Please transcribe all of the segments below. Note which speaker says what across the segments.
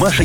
Speaker 1: Маша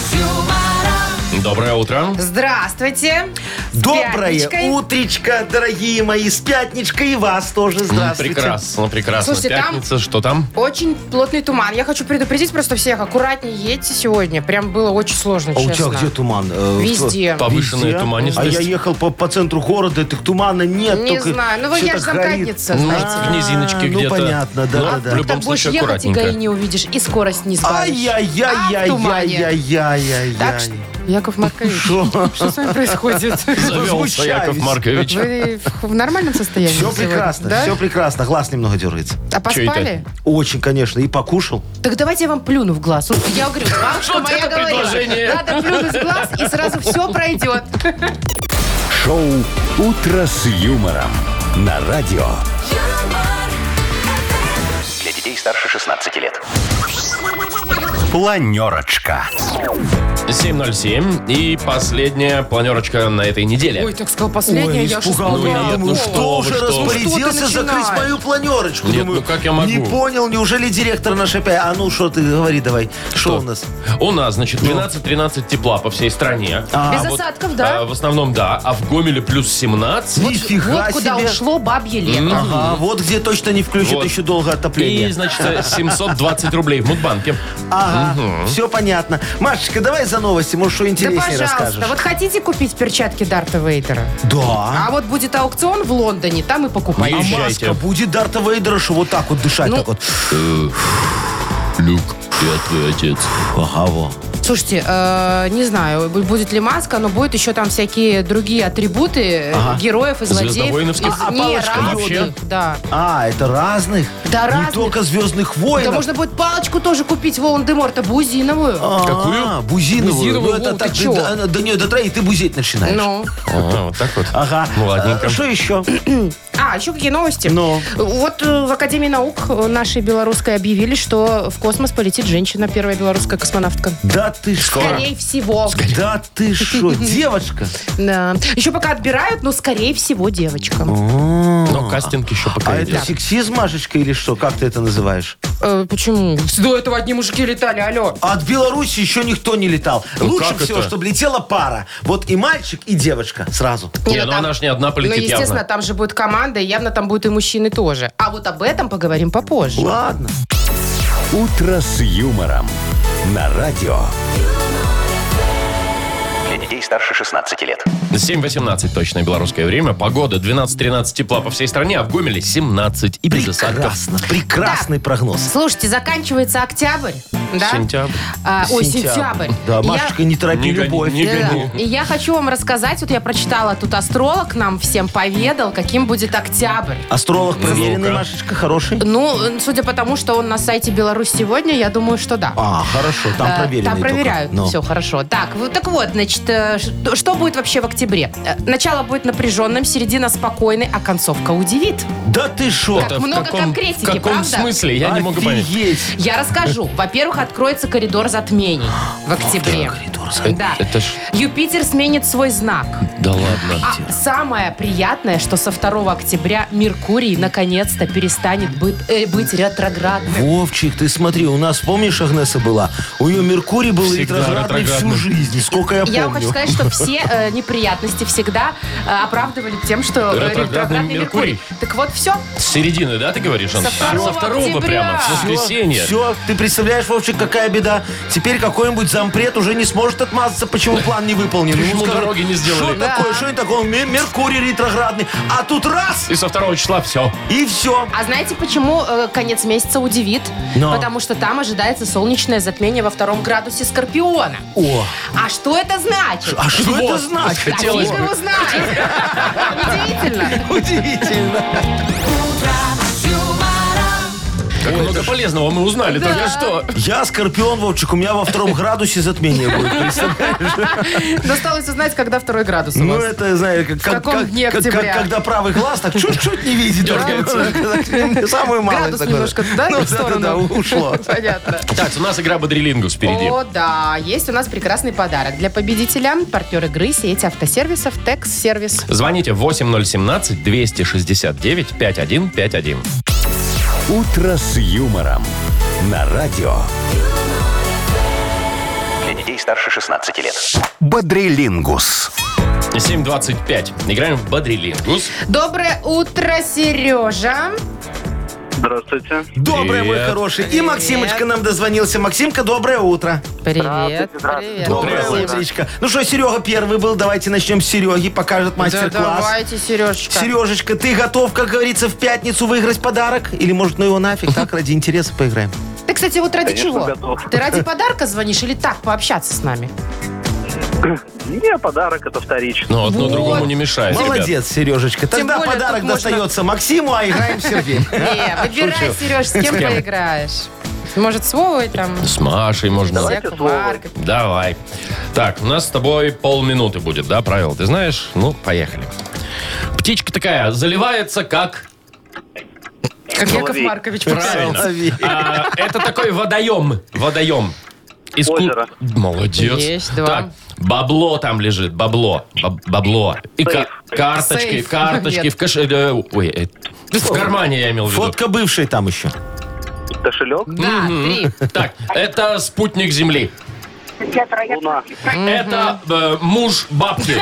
Speaker 2: Доброе утро. Ну,
Speaker 3: Здравствуйте. С
Speaker 4: Доброе
Speaker 3: пятничкой.
Speaker 4: утречко, дорогие мои, с пятничкой и вас тоже здравствуйте.
Speaker 2: Прекрасно, прекрасно.
Speaker 3: Слушайте, там-
Speaker 2: Пятница, что там?
Speaker 3: Очень плотный туман. Я хочу предупредить просто всех, аккуратнее едьте сегодня. Прям было очень сложно,
Speaker 4: А у
Speaker 3: честно.
Speaker 4: тебя где туман? Э,
Speaker 3: Везде.
Speaker 4: что?
Speaker 2: Повышенная
Speaker 4: Везде?
Speaker 2: туманность.
Speaker 4: А я ехал по, по центру города, так тумана нет.
Speaker 3: Не
Speaker 4: только
Speaker 3: знаю. Ну, вот я
Speaker 4: всё
Speaker 3: же
Speaker 4: так горит.
Speaker 3: замкадница,
Speaker 2: Ну,
Speaker 3: знаете.
Speaker 2: в низиночке
Speaker 4: ну,
Speaker 2: где-то.
Speaker 4: понятно, да,
Speaker 2: Но
Speaker 4: да, да.
Speaker 2: В
Speaker 3: Так там
Speaker 2: любом
Speaker 3: будешь
Speaker 2: случае,
Speaker 3: ехать, и ГАИ
Speaker 2: аккуратненько.
Speaker 3: не увидишь, и скорость не сбавишь. А, в тумане. Так что,
Speaker 4: Ай-яй-яй-яй-яй-яй-яй-яй.
Speaker 3: Яков Маркович, что? с вами происходит?
Speaker 2: Завелся
Speaker 4: возмущаюсь.
Speaker 2: Яков Маркович.
Speaker 3: Вы в- в нормальном состоянии
Speaker 4: Все
Speaker 3: сегодня,
Speaker 4: прекрасно,
Speaker 3: да?
Speaker 4: все прекрасно. Глаз немного дергается.
Speaker 3: А
Speaker 2: Чё
Speaker 3: поспали?
Speaker 4: Очень, конечно. И покушал.
Speaker 3: Так давайте я вам плюну в глаз. Вот Я говорю, бабушка
Speaker 2: Вот
Speaker 3: моя
Speaker 2: это
Speaker 3: говорила,
Speaker 2: предложение.
Speaker 3: надо плюнуть в глаз, и сразу все пройдет.
Speaker 1: Шоу «Утро с юмором» на радио. Для детей старше 16 лет. Планерочка.
Speaker 2: 7.07. И последняя планерочка на этой неделе.
Speaker 3: Ой, так сказал последняя,
Speaker 4: Ой,
Speaker 3: я
Speaker 4: испугал
Speaker 3: же
Speaker 4: меня.
Speaker 3: испугалась.
Speaker 2: нет, ну
Speaker 4: Думаю,
Speaker 2: что
Speaker 4: кто
Speaker 2: вы,
Speaker 4: уже
Speaker 2: что вы.
Speaker 3: Ну что
Speaker 4: распорядился
Speaker 3: ты
Speaker 4: закрыть
Speaker 3: начинаешь?
Speaker 4: мою планерочку?
Speaker 2: Нет,
Speaker 4: Думаю,
Speaker 2: ну как я могу?
Speaker 4: Не понял, неужели директор наш опять? А ну что ты, говори давай. Что у нас?
Speaker 2: У нас, значит, 12-13 тепла по всей стране.
Speaker 4: А,
Speaker 3: Без осадков, да?
Speaker 2: а, в основном, да. А в Гомеле плюс 17.
Speaker 4: Нифига
Speaker 3: Вот куда
Speaker 4: себе.
Speaker 3: ушло бабье лето.
Speaker 4: Ага, вот где точно не включит
Speaker 2: Вот.
Speaker 4: еще долго
Speaker 2: И,
Speaker 4: отопление.
Speaker 2: значит, 720 рублей в Мудбанке.
Speaker 4: Ага, все понятно. Машечка, давай за новости, может, что
Speaker 3: Да,
Speaker 4: интереснее расскажешь.
Speaker 3: пожалуйста, вот хотите купить перчатки Дарта Вейдера?
Speaker 4: Да.
Speaker 3: А вот будет аукцион в Лондоне, там и покупайте.
Speaker 4: А
Speaker 2: Езжайте.
Speaker 4: маска будет Дарта Вейдера, что вот так вот дышать,
Speaker 3: Ну.
Speaker 4: так вот.
Speaker 2: Э, Люк, я твой отец.
Speaker 4: Ага, во.
Speaker 3: Слушайте, э, не знаю, бу- будет ли маска, но будет еще там всякие другие атрибуты э, героев и злодеев.
Speaker 2: Звездовоиновских?
Speaker 3: Из-
Speaker 2: А-
Speaker 4: а
Speaker 3: не,
Speaker 4: палочка
Speaker 3: разных,
Speaker 2: вообще?
Speaker 3: Да.
Speaker 4: А, это разных?
Speaker 3: Да,
Speaker 4: Не
Speaker 3: разных.
Speaker 4: только «Звездных войн».
Speaker 3: Да можно будет палочку тоже купить Волан-де-Морта, бузиновую.
Speaker 4: А.
Speaker 2: Какую?
Speaker 4: Бузиновую.
Speaker 2: Бузиновую,
Speaker 4: Ну, это
Speaker 2: Вов,
Speaker 4: так,
Speaker 3: ты чё?
Speaker 4: до, до- до нее дотроить, и ты бузеть начинаешь.
Speaker 3: Ну.
Speaker 2: А, вот так вот.
Speaker 4: Ага.
Speaker 2: Ну, ладненько.
Speaker 4: А, Что еще?
Speaker 3: А, еще какие новости?
Speaker 4: Ну.
Speaker 3: Вот э, в Академии наук э, нашей белорусской объявили, что в космос полетит женщина, первая белорусская космонавтка.
Speaker 4: Да ты что?
Speaker 3: Скорее всего.
Speaker 4: Да ты что, девочка?
Speaker 3: Да.
Speaker 4: А
Speaker 3: Еще пока отбирают, но скорее всего девочка.
Speaker 2: Но кастинг еще
Speaker 4: А
Speaker 2: пока
Speaker 4: это
Speaker 2: идет.
Speaker 4: сексизм, Машечка, или что? Как ты это называешь?
Speaker 3: Э, почему? До этого одни мужики летали, алло.
Speaker 4: От Беларуси еще никто не летал.
Speaker 2: Ну,
Speaker 4: Лучше
Speaker 2: как
Speaker 4: всего,
Speaker 2: это?
Speaker 4: чтобы летела пара. Вот и мальчик, и девочка сразу.
Speaker 2: Не,
Speaker 3: ну
Speaker 2: ну
Speaker 3: там-
Speaker 2: она ж не одна
Speaker 3: Ну,
Speaker 2: полетит
Speaker 3: естественно,
Speaker 2: явно.
Speaker 3: там же будет команда, и явно там будут и мужчины тоже. А вот об этом поговорим попозже.
Speaker 4: Ладно.
Speaker 1: «Утро с юмором» на радио. Для детей старше 16 лет.
Speaker 2: 7.18 точное белорусское время. Погода 12-13 тепла по всей стране, а в Гомеле 17 и без осадков.
Speaker 4: Прекрасно. Прекрасный прогноз.
Speaker 3: Слушайте, заканчивается октябрь, да?
Speaker 2: Сентябрь.
Speaker 3: А, ой, сентябрь.
Speaker 4: Да,
Speaker 3: И я-
Speaker 4: Машечка, не торопи
Speaker 2: Не гони,
Speaker 4: любовь.
Speaker 2: не
Speaker 3: Да.
Speaker 2: гони.
Speaker 3: И я хочу вам рассказать, вот я прочитала, тут астролог нам всем поведал, каким будет октябрь.
Speaker 4: Астролог проверенный,
Speaker 2: Ну-ка.
Speaker 4: Машечка, хороший?
Speaker 3: Ну, э, судя по тому, что он на сайте Беларусь сегодня, я думаю, что да.
Speaker 4: А, хорошо, там
Speaker 3: Э,
Speaker 4: проверенный.
Speaker 3: Там
Speaker 4: только.
Speaker 3: проверяют,
Speaker 4: Ну.
Speaker 3: все хорошо. Так, вот, так вот, значит, э, что, что будет вообще в октябре? Э, Начало будет напряженным, середина спокойной, а концовка удивит.
Speaker 4: Да ты шо?
Speaker 3: Как много конкретики,
Speaker 2: В каком
Speaker 3: правда?
Speaker 2: смысле? Я не могу понять.
Speaker 4: Офигеть.
Speaker 3: Я расскажу.
Speaker 2: Э.
Speaker 3: Во-первых, откроется коридор затмений в октябре.
Speaker 4: Коридор
Speaker 2: Э,
Speaker 3: Да.
Speaker 2: Это ж...
Speaker 3: Юпитер сменит свой знак.
Speaker 2: Да ладно.
Speaker 3: А самое приятное, что со 2 октября Меркурий наконец-то перестанет быть, э, быть ретроградным.
Speaker 4: Вовчик, ты смотри, у нас, помнишь, Агнеса была? У нее Меркурий был
Speaker 2: Всегда
Speaker 4: ретроградный всю
Speaker 2: ретроградный.
Speaker 4: жизнь, сколько я
Speaker 3: Я вам хочу
Speaker 4: помню.
Speaker 3: сказать, что все э, неприятности всегда э, оправдывали тем, что э,
Speaker 2: Ретроградный
Speaker 3: ретроградный Меркурий.
Speaker 2: Меркурий.
Speaker 3: Так вот, все.
Speaker 2: С середины, да, ты говоришь, он?
Speaker 3: Со второго октября.
Speaker 2: прямо, в воскресенье.
Speaker 4: Все, ты представляешь, Вовчик, какая беда. Теперь какой-нибудь зампред уже не сможет отмазаться, почему план не выполнен.
Speaker 2: Почему дороги не сделали?»
Speaker 4: Что такое, что это такое? Мер- Меркурий ретроградный. А тут раз,
Speaker 2: И со второго числа все.
Speaker 4: и все.
Speaker 3: А знаете, почему э, конец месяца удивит?
Speaker 4: Но.
Speaker 3: Потому что там ожидается солнечное затмение во втором градусе Скорпиона.
Speaker 4: О,
Speaker 3: А что это значит?
Speaker 4: а что это значит?
Speaker 3: А фиг
Speaker 2: хотелось бы.
Speaker 3: его знает. Удивительно.
Speaker 4: Удивительно.
Speaker 2: Ой,
Speaker 4: какой-то.
Speaker 2: много полезного мы узнали
Speaker 3: Да.
Speaker 2: только что.
Speaker 4: Я скорпион, Вовчик, у меня во втором градусе затмение будет.
Speaker 3: Досталось узнать, когда второй градус у
Speaker 4: Ну,
Speaker 3: вас.
Speaker 4: это, знаешь, как, как-
Speaker 3: каком
Speaker 4: как-
Speaker 3: дне
Speaker 4: как- как-
Speaker 3: октября?
Speaker 4: когда правый глаз так чуть-чуть не видит. Дергается. Самую малость.
Speaker 3: Градус немножко туда,
Speaker 4: Ну,
Speaker 3: не в сторону.
Speaker 4: да-да-да, ушло.
Speaker 3: Понятно.
Speaker 2: Так, у нас игра Бодрилингус впереди.
Speaker 3: О, да. Есть у нас прекрасный подарок для победителя. Партнер игры сеть автосервисов Текс Сервис.
Speaker 2: Звоните 8017-269-5151.
Speaker 1: «Утро с юмором» на радио.
Speaker 5: Для детей старше 16 лет.
Speaker 1: Бодрилингус.
Speaker 2: 7.25. Играем в Бодрилингус.
Speaker 3: Доброе утро, Сережа.
Speaker 6: Здравствуйте.
Speaker 4: Доброе, мой
Speaker 2: Привет.
Speaker 4: хороший. И Максимочка нам дозвонился. Максимка, доброе утро.
Speaker 3: Привет.
Speaker 6: здравствуйте.
Speaker 2: Доброе
Speaker 4: Доброе
Speaker 2: утро.
Speaker 4: утречко. Ну что, Серега первый был. Давайте начнем с Сереги. Покажет
Speaker 3: Да
Speaker 4: мастер-класс.
Speaker 3: давайте, Сережечка.
Speaker 4: Сережечка, ты готов, как говорится, в пятницу выиграть подарок? Или, может, ну его нафиг, так, ради интереса поиграем?
Speaker 3: Ты, кстати, вот ради
Speaker 6: Конечно,
Speaker 3: чего?
Speaker 6: готов.
Speaker 3: Ты ради подарка звонишь или так пообщаться с нами?
Speaker 6: Не, подарок это вторично.
Speaker 2: Ну, одно
Speaker 3: Вот.
Speaker 2: другому не мешает, ребят.
Speaker 4: Молодец, Сережечка. Тогда
Speaker 3: более,
Speaker 4: подарок
Speaker 3: тут можно-
Speaker 4: достается Максиму, а играем с Сергеем.
Speaker 3: Не, выбирай, Сереж, с кем поиграешь. Может, с Вовой там?
Speaker 2: С Машей можно.
Speaker 6: Давайте
Speaker 3: Яков
Speaker 6: с Вовой.
Speaker 3: Марков.
Speaker 2: Давай. Так, у нас с тобой полминуты будет, да, правило? Ты знаешь? Ну, поехали. Птичка такая заливается, как...
Speaker 3: Как Яков
Speaker 6: Соловей.
Speaker 3: Маркович правильно.
Speaker 4: Соловей.
Speaker 2: А, это такой водоем. Водоем. Из ку-
Speaker 6: Озеро.
Speaker 2: Молодец.
Speaker 3: Есть, два.
Speaker 2: Так, бабло там лежит, бабло. баб- бабло. И ка-
Speaker 6: Сейф.
Speaker 2: карточки,
Speaker 3: Сейф.
Speaker 2: карточки
Speaker 3: Нет.
Speaker 2: в коше... э, Ой, э, в кармане я имел в виду.
Speaker 4: Фотка бывшей там еще.
Speaker 6: Кошелек,
Speaker 3: Да, три.
Speaker 2: Так, это спутник Земли.
Speaker 6: луна,
Speaker 2: Это э, муж бабки.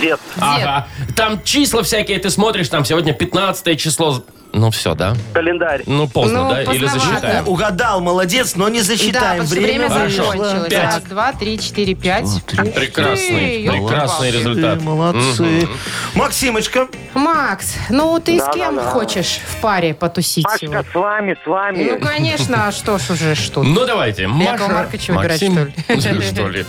Speaker 6: дед,
Speaker 2: Ага. Там числа всякие, ты смотришь, там сегодня 15 число. Ну все, да?
Speaker 6: календарь.
Speaker 2: Ну поздно,
Speaker 3: Ну,
Speaker 2: да? Или
Speaker 3: поздновато.
Speaker 2: засчитаем.
Speaker 4: Э, Угадал, молодец, но не
Speaker 3: Да,
Speaker 4: засчитаем.
Speaker 3: потому что время
Speaker 2: Хорошо.
Speaker 3: закончилось.
Speaker 2: Пять.
Speaker 3: Раз, два, три, четыре, пять.
Speaker 2: Прекрасный,
Speaker 3: ёлки-палки.
Speaker 2: прекрасный результат.
Speaker 4: Ты Э, Молодцы. Максимочка,
Speaker 3: Макс, ну ты с
Speaker 6: Да,
Speaker 3: кем
Speaker 6: да, да.
Speaker 3: хочешь в паре потусить сегодня?
Speaker 6: с вами, с
Speaker 3: Ну,
Speaker 6: вами.
Speaker 3: конечно, а что ж уже что
Speaker 2: Ну давайте, Маша,
Speaker 3: Марковича выбирать, что ли?
Speaker 2: что ли?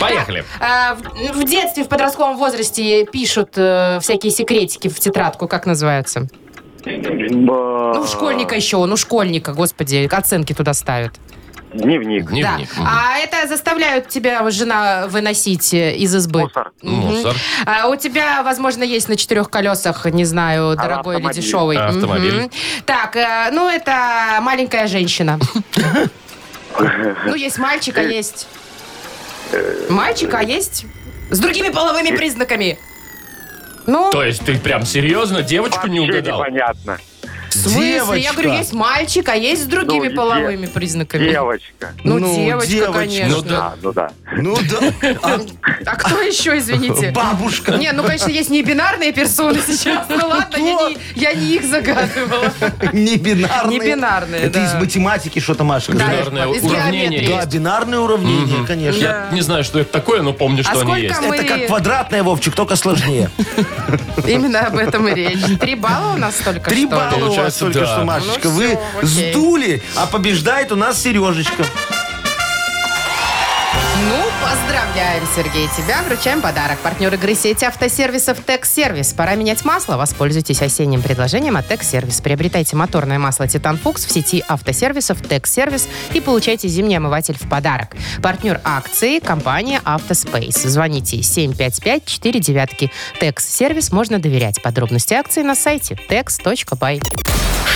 Speaker 2: Поехали.
Speaker 3: А, в, в детстве, в подростковом возрасте пишут э, всякие секретики в тетрадку, как называется?
Speaker 6: Э,
Speaker 3: Ну, у школьника еще, он у школьника, господи, оценки туда ставят.
Speaker 6: Дневник.
Speaker 2: Дневник.
Speaker 3: Да. А это заставляют тебя вот жена выносить э, из избы.
Speaker 6: Мусор.
Speaker 2: Мгм. Мусор.
Speaker 3: А у тебя, возможно, есть на четырех колесах, не знаю, дорогой или
Speaker 6: автомобиль.
Speaker 3: дешевый.
Speaker 2: Автомобиль.
Speaker 3: Мгм. Так, э, ну это маленькая женщина. Ну, есть мальчика, есть. Мальчика есть? С другими половыми признаками. Ну,
Speaker 2: То есть ты прям серьезно девочку не угадал?
Speaker 6: непонятно.
Speaker 3: в смысле? Я говорю, есть мальчик, а есть с другими
Speaker 6: Ну,
Speaker 3: половыми признаками.
Speaker 6: Девочка.
Speaker 3: Ну,
Speaker 4: Ну,
Speaker 3: девочка,
Speaker 4: девочка.
Speaker 2: Ну
Speaker 3: конечно.
Speaker 2: да.
Speaker 6: А, ну да.
Speaker 4: ну да,
Speaker 3: А кто еще, извините?
Speaker 4: бабушка.
Speaker 3: Не, ну, конечно, есть не бинарные персоны сейчас. Ну, ладно, я не, я не их загадывала.
Speaker 4: Не бинарные.
Speaker 3: Не бинарные,
Speaker 4: Это
Speaker 3: да.
Speaker 4: из математики что-то, Машка.
Speaker 3: Да,
Speaker 4: знаешь?
Speaker 2: Бинарное
Speaker 3: из
Speaker 2: уравнение
Speaker 3: геометрии.
Speaker 4: Да,
Speaker 2: есть.
Speaker 4: бинарные уравнения, конечно.
Speaker 2: Я не знаю, что это такое, но помню,
Speaker 3: А
Speaker 2: что они
Speaker 3: сколько
Speaker 2: есть.
Speaker 3: мы-
Speaker 4: Это как квадратная, Вовчик, только сложнее.
Speaker 3: Именно об этом и речь. Три балла у нас только
Speaker 4: Три
Speaker 3: что.
Speaker 4: балла у вас
Speaker 2: Получается,
Speaker 4: только
Speaker 2: да.
Speaker 4: что, Машечка.
Speaker 3: Ну
Speaker 4: Вы
Speaker 3: всё, окей.
Speaker 4: сдули, а побеждает у нас Сережечка.
Speaker 3: Ну, поздравляем, Сергей, тебя. Вручаем подарок. Партнер игры сети автосервисов «Текс-сервис». Пора менять масло. Воспользуйтесь осенним предложением от «Текс-сервис». Приобретайте моторное масло «Титан Фукс» в сети автосервисов «Текс-сервис» и получайте зимний омыватель в подарок. Партнер акции – компания «Автоспейс». Звоните 755-49. «Текс-сервис» можно доверять. Подробности акции на сайте tex.by.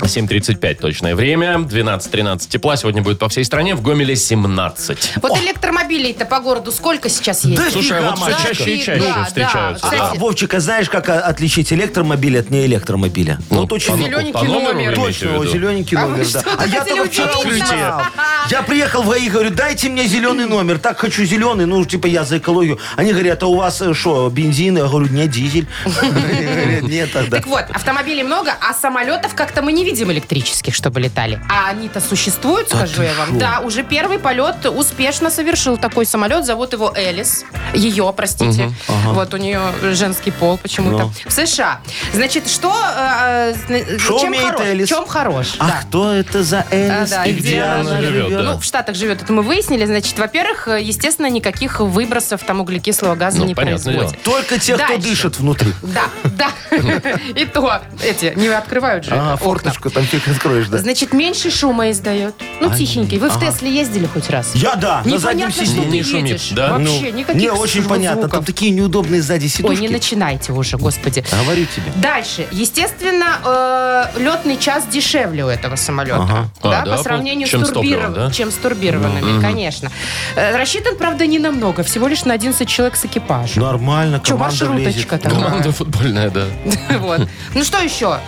Speaker 2: 7.35 точное время, 12-13 тепла. Сегодня будет по всей стране, в Гомеле 17.
Speaker 3: Вот электромобилей-то по городу сколько сейчас есть?
Speaker 4: Да
Speaker 2: Слушай, а
Speaker 4: фига,
Speaker 2: вот все
Speaker 4: Машечка.
Speaker 2: чаще и
Speaker 3: Да,
Speaker 2: чаще
Speaker 3: да,
Speaker 2: встречаются.
Speaker 3: кстати,
Speaker 2: да.
Speaker 4: А, Вовчик, а знаешь, как а, отличить электромобиль от неэлектромобиля? вот очень
Speaker 2: по-
Speaker 3: Зелёненький
Speaker 2: по номеру
Speaker 3: номер.
Speaker 2: вы имеете в
Speaker 4: Точно,
Speaker 2: виду?
Speaker 4: зелененький
Speaker 3: А
Speaker 4: номер,
Speaker 3: вы
Speaker 4: да.
Speaker 3: что,
Speaker 4: А я
Speaker 3: хотели
Speaker 4: только вчера
Speaker 3: удивить нас?
Speaker 4: узнал. Я приехал в ГАИ, говорю, дайте мне зеленый номер. Так хочу зеленый, ну, типа, я за экологию. Они говорят, а у вас э, что, бензин? Я говорю, нет, дизель. Они говорят, Нет, тогда.
Speaker 3: Так вот, автомобилей много, а самолетов как-то мы не видим электрических, чтобы летали. А они-то существуют, скажу я вам. Да, уже первый полет успешно совершил такой самолет. Зовут его Элис. Ее, простите. Вот у нее женский пол почему-то. В США. Значит, что... э, э,
Speaker 4: Что
Speaker 3: чем
Speaker 4: умеет
Speaker 3: хорош?
Speaker 4: Элис?
Speaker 3: Чем хорош?
Speaker 4: А
Speaker 3: да.
Speaker 4: кто это за
Speaker 3: А,
Speaker 4: Элис?
Speaker 3: да, и где она
Speaker 2: живет, да.
Speaker 3: Ну, в Штатах живет, это мы выяснили. Значит, во-первых, э, естественно, никаких выбросов там углекислого газа
Speaker 2: Ну,
Speaker 3: не
Speaker 2: понятное
Speaker 3: производит.
Speaker 4: Только те, кто
Speaker 3: Дальше.
Speaker 4: дышит внутри.
Speaker 3: Да, да. И то эти не открывают же
Speaker 4: А,
Speaker 3: окна.
Speaker 4: форточку там фиг откроешь, да.
Speaker 3: Значит, меньше шума издает. Ну, тихенький. Вы в Тесле ездили хоть раз?
Speaker 4: Я да, на заднем
Speaker 3: Непонятно, что
Speaker 4: сиденье. Ну,
Speaker 3: ты
Speaker 2: Не шумит,
Speaker 3: едешь.
Speaker 2: да?
Speaker 3: Вообще никаких
Speaker 4: Не, очень
Speaker 3: звуков.
Speaker 4: понятно. Там такие неудобные сзади
Speaker 3: Ой,
Speaker 4: сидушки.
Speaker 3: не начинайте уже, господи.
Speaker 4: Говорю тебе.
Speaker 3: Дальше. Естественно, э, летный час дешевле у этого самолета.
Speaker 2: А,
Speaker 3: Да,
Speaker 2: да,
Speaker 3: по
Speaker 2: пол-
Speaker 3: сравнению
Speaker 2: чем
Speaker 3: с
Speaker 2: с топливом,
Speaker 3: турбированными.
Speaker 2: да?
Speaker 3: Чем с турбированными, конечно. Э, рассчитан, правда, не на много. Всего лишь на 11 человек с экипажем.
Speaker 4: Нормально,
Speaker 3: Че,
Speaker 4: команда влезет.
Speaker 3: маршруточка такая?
Speaker 2: Команда футбольная, да.
Speaker 3: Вот. Ну что еще?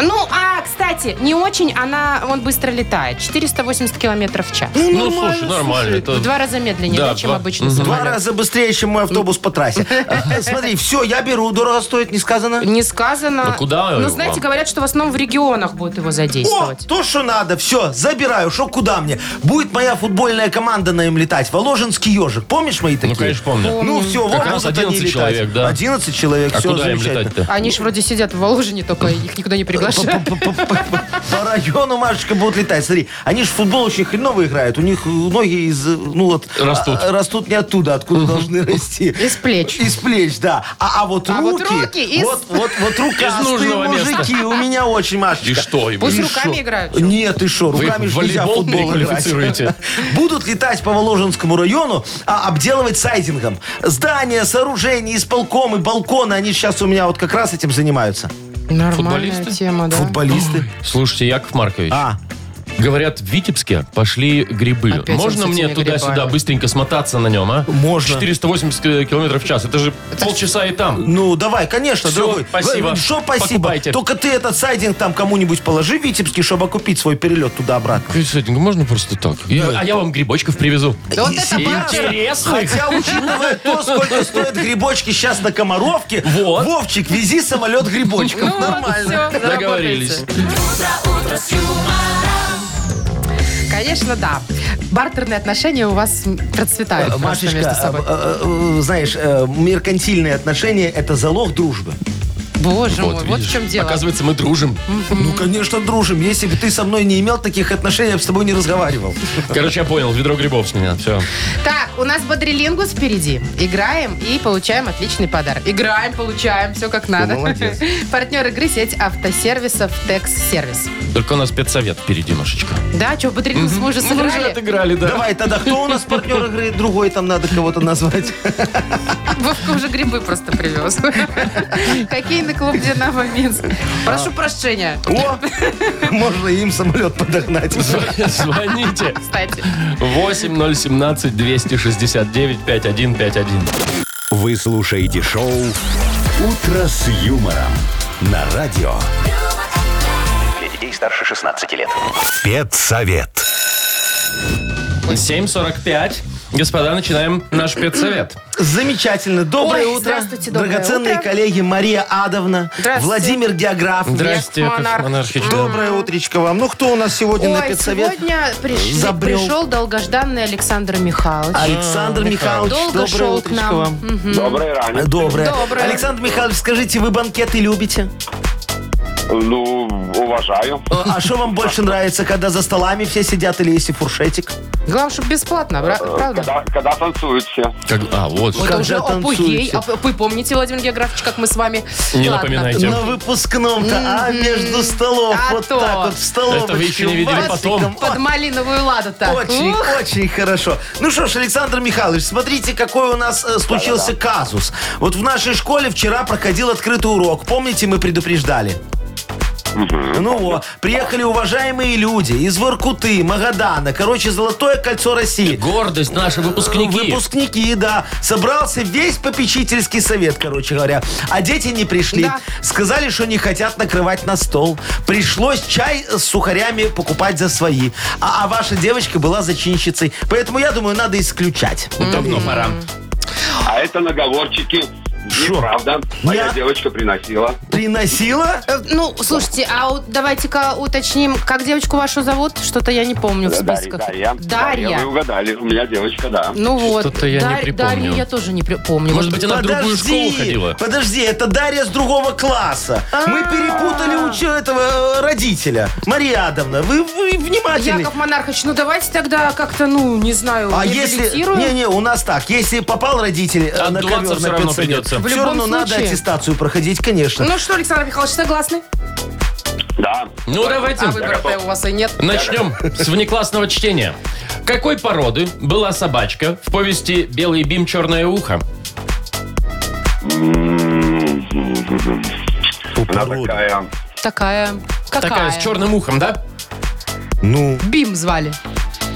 Speaker 3: Ну, а, кстати, не очень она, он быстро летает. 480 километров в час.
Speaker 2: Ну, слушай, нормально.
Speaker 3: В
Speaker 2: это- А
Speaker 3: два раза медленнее,
Speaker 2: Да,
Speaker 3: да, чем
Speaker 2: два-
Speaker 3: обычный
Speaker 2: мгм.
Speaker 4: Два
Speaker 3: самолет.
Speaker 4: раза быстрее, чем мой автобус по трассе. А, Смотри, все, я беру, дорого стоит, не сказано.
Speaker 3: Не сказано.
Speaker 2: Да куда
Speaker 3: Ну,
Speaker 2: его?
Speaker 3: знаете, говорят, что в основном в регионах будут его
Speaker 4: О,
Speaker 3: задействовать.
Speaker 4: то, что надо, все, забираю, шо куда мне. Будет моя футбольная команда на им летать, Воложенский ежик. Помнишь мои такие?
Speaker 2: Ну, конечно, помню.
Speaker 4: Ну, все,
Speaker 2: Как
Speaker 4: вот
Speaker 2: раз
Speaker 4: будут они
Speaker 2: 11
Speaker 4: летать.
Speaker 2: человек, да.
Speaker 4: 11 человек,
Speaker 2: А
Speaker 4: все,
Speaker 2: куда им
Speaker 4: замечательно.
Speaker 2: летать-то?
Speaker 3: Они ж вроде сидят в Воложине, только их никуда не приглашают.
Speaker 4: По району, Машечка, будут летать. Смотри, они же в футбол очень хреново играют. У них ноги из, э, ну вот...
Speaker 2: Растут.
Speaker 4: а, Растут не оттуда, откуда должны расти.
Speaker 3: Из плеч.
Speaker 4: Из плеч, да. А, а вот
Speaker 3: А вот
Speaker 4: руки...
Speaker 3: руки из-
Speaker 4: Вот, вот, вот
Speaker 2: Из
Speaker 4: рукастые
Speaker 2: нужного места.
Speaker 4: мужики у меня очень, Машечка.
Speaker 2: И что? и
Speaker 3: Пусть
Speaker 2: вы-
Speaker 3: руками
Speaker 4: шо?
Speaker 3: играют. чё?
Speaker 4: Нет, ты что,
Speaker 2: Вы
Speaker 4: руками
Speaker 2: в
Speaker 4: же нельзя в
Speaker 2: волейбол
Speaker 4: футбол играть.
Speaker 2: переквалифицируете.
Speaker 4: Будут летать по Воложенскому району, а обделывать сайдингом. Здания, сооружения, исполкомы, балконы, они сейчас у меня вот как раз этим занимаются.
Speaker 3: Нормальная
Speaker 2: Футболисты?
Speaker 3: тема, да.
Speaker 4: Футболисты.
Speaker 2: Слушайте, Яков Маркович,
Speaker 4: А,
Speaker 2: говорят, в Витебске пошли грибы.
Speaker 3: Опять
Speaker 2: Можно
Speaker 3: он с
Speaker 2: мне
Speaker 3: этими
Speaker 2: туда-сюда
Speaker 3: грибами.
Speaker 2: быстренько смотаться на нем, а?
Speaker 4: Можно.
Speaker 2: 480 километров в час. Это же полчаса и там.
Speaker 4: ну давай, конечно,
Speaker 2: Всё,
Speaker 4: дорогой.
Speaker 2: спасибо.
Speaker 4: Вы- Что спасибо?
Speaker 2: Покупайте.
Speaker 4: Только ты этот сайдинг там кому-нибудь положи, Витебский, чтобы окупить свой перелет туда-обратно.
Speaker 2: можно просто так? а я вам грибочков привезу.
Speaker 3: Да вот это барышня.
Speaker 2: Интересных?
Speaker 4: Хотя, учитывая то, сколько стоят грибочки сейчас на Комаровке,
Speaker 2: Вот.
Speaker 4: Вовчик, вези самолет грибочков.
Speaker 3: Ну вот,
Speaker 4: Нормально.
Speaker 3: всё,
Speaker 2: Договорились.
Speaker 3: заработаете. Конечно, да. Бартерные отношения у вас
Speaker 2: Э,
Speaker 3: процветают просто
Speaker 2: а,
Speaker 3: между
Speaker 4: Э, Машечка,
Speaker 3: собой.
Speaker 4: э, э, э, знаешь, э, меркантильные отношения – это залог дружбы.
Speaker 3: Боже мой, вот в
Speaker 2: видишь.
Speaker 3: чем дело.
Speaker 2: Оказывается, мы дружим.
Speaker 4: Ну, конечно, дружим. Если бы ты со мной не имел таких отношений, я бы с тобой не разговаривал.
Speaker 2: Короче, я понял, ведро грибов с меня. Все.
Speaker 3: Так, у нас бодрилингус впереди. Играем и получаем отличный подарок. Играем, получаем, все как надо.
Speaker 4: молодец.
Speaker 3: Партнер игры сеть автосервисов Текс Сервис.
Speaker 2: Только у нас спецсовет впереди, Машечка.
Speaker 3: Да, что, бодрилингус мы
Speaker 4: Ну,
Speaker 3: уже
Speaker 2: Мы уже
Speaker 3: сыграли?
Speaker 2: отыграли, да.
Speaker 4: Давай, тогда кто у нас партнер игры? Другой там надо кого-то назвать.
Speaker 3: Вовка уже грибы просто привез. Хоккейный клуб «Динамо Минск». Прошу прощения,
Speaker 4: О, можно им самолет подогнать.
Speaker 2: Звоните.
Speaker 3: кстати.
Speaker 2: 8017 269 5151.
Speaker 1: Вы слушаете шоу «Утро с юмором» на радио.
Speaker 5: Для детей старше 16 лет.
Speaker 1: Спецсовет.
Speaker 2: 7.45. Господа, начинаем наш спецсовет.
Speaker 4: Замечательно. Доброе
Speaker 3: Ой,
Speaker 4: утро.
Speaker 3: здравствуйте, доброе
Speaker 4: Драгоценные
Speaker 3: утро.
Speaker 4: коллеги Мария Адовна,
Speaker 3: Здравствуйте.
Speaker 4: Владимир Географ.
Speaker 2: Здрасте, Яков
Speaker 3: Яков Монарх.
Speaker 2: Монархич.
Speaker 4: Доброе утречко вам. Ну, кто у нас сегодня на
Speaker 3: Ой,
Speaker 4: педсовет?
Speaker 3: сегодня приш-
Speaker 4: забрел. А.
Speaker 3: пришел долгожданный Александр Михайлович.
Speaker 2: А,
Speaker 4: Александр Михайлович,
Speaker 3: Долго
Speaker 4: доброе
Speaker 3: шел к
Speaker 4: утречко
Speaker 3: нам.
Speaker 4: вам.
Speaker 6: Доброе ранее.
Speaker 4: Доброе.
Speaker 3: Доброе.
Speaker 4: Александр Михайлович, скажите, вы банкеты любите?
Speaker 6: Ну, уважаю.
Speaker 4: Э, А что вам больше нравится, когда за столами все сидят или если фуршетик?
Speaker 3: Главное, чтобы бесплатно, бра- правда?
Speaker 6: Когда, когда танцуют все.
Speaker 2: Как- а, вот.
Speaker 3: Вот
Speaker 2: что.
Speaker 3: это
Speaker 4: Когда
Speaker 3: уже опугей.
Speaker 4: танцуете.
Speaker 3: А Вы помните, Владимир Географович, как мы с вами...
Speaker 2: Не
Speaker 3: Ладно.
Speaker 2: напоминайте. Тем-
Speaker 4: На выпускном-то, а между столов,
Speaker 3: М-м-м. А
Speaker 4: вот
Speaker 3: то.
Speaker 4: так вот, в столовочке.
Speaker 2: Это вы еще не видели
Speaker 4: ватиком.
Speaker 3: Под малиновую ладу так.
Speaker 4: Очень,
Speaker 3: Ух,
Speaker 4: очень хорошо. Ну что ж, Александр Михайлович, смотрите, какой у нас э, случился казус. Вот в нашей школе вчера проходил открытый урок. Помните, мы предупреждали? Ну вот, приехали уважаемые люди из Воркуты, Магадана, короче, Золотое кольцо России.
Speaker 2: Гордость наши выпускники.
Speaker 4: Выпускники, да. Собрался весь попечительский совет, короче говоря. А дети не пришли.
Speaker 3: Да.
Speaker 4: Сказали, что не хотят накрывать на стол. Пришлось чай с сухарями покупать за свои. А, а ваша девочка была зачинщицей. Поэтому, я думаю, надо исключать.
Speaker 2: Давно пора.
Speaker 6: А это наговорчики.
Speaker 4: Шо?
Speaker 6: Неправда. Моя
Speaker 4: Я-
Speaker 6: девочка приносила.
Speaker 3: да
Speaker 4: приносила?
Speaker 3: Э, Ну, слушайте, а у- давайте-ка уточним, как девочку вашу зовут? Что-то я не помню в
Speaker 6: Дарья,
Speaker 3: списках.
Speaker 6: Дарья. Вы угадали. У меня девочка, да.
Speaker 3: Ну вот.
Speaker 2: Что-то я не
Speaker 3: Дар-
Speaker 2: припомню.
Speaker 3: Дарью я тоже не припомню.
Speaker 2: Может
Speaker 3: Вот
Speaker 2: быть, она в другую школу ходила?
Speaker 4: подожди, это Дарья с другого класса. Мы перепутали учу этого э, родителя. Мария Адамовна, вы, вы внимательны.
Speaker 3: Яков Монархович, ну давайте тогда как-то, ну, не знаю,
Speaker 4: А если...
Speaker 3: реабилитируем.
Speaker 4: Не-не, у нас так. Если попал родитель э, на
Speaker 2: Отдуваться
Speaker 4: ковер
Speaker 2: всё
Speaker 4: на
Speaker 2: равно
Speaker 4: 500 лет,
Speaker 2: придется.
Speaker 3: В
Speaker 4: все
Speaker 3: любом
Speaker 4: равно надо
Speaker 3: случае.
Speaker 4: аттестацию проходить, конечно.
Speaker 3: Ну что, Александр Михайлович, согласны?
Speaker 6: Да.
Speaker 2: Ну, давайте.
Speaker 3: А выбора-то у вас и нет.
Speaker 2: Начнем с внеклассного чтения. Какой породы была собачка в повести «Белый бим, черное ухо»?
Speaker 4: А
Speaker 6: Она такая.
Speaker 3: Такая. Какая?
Speaker 2: Такая с черным ухом, да?
Speaker 4: Ну,
Speaker 3: Бим звали.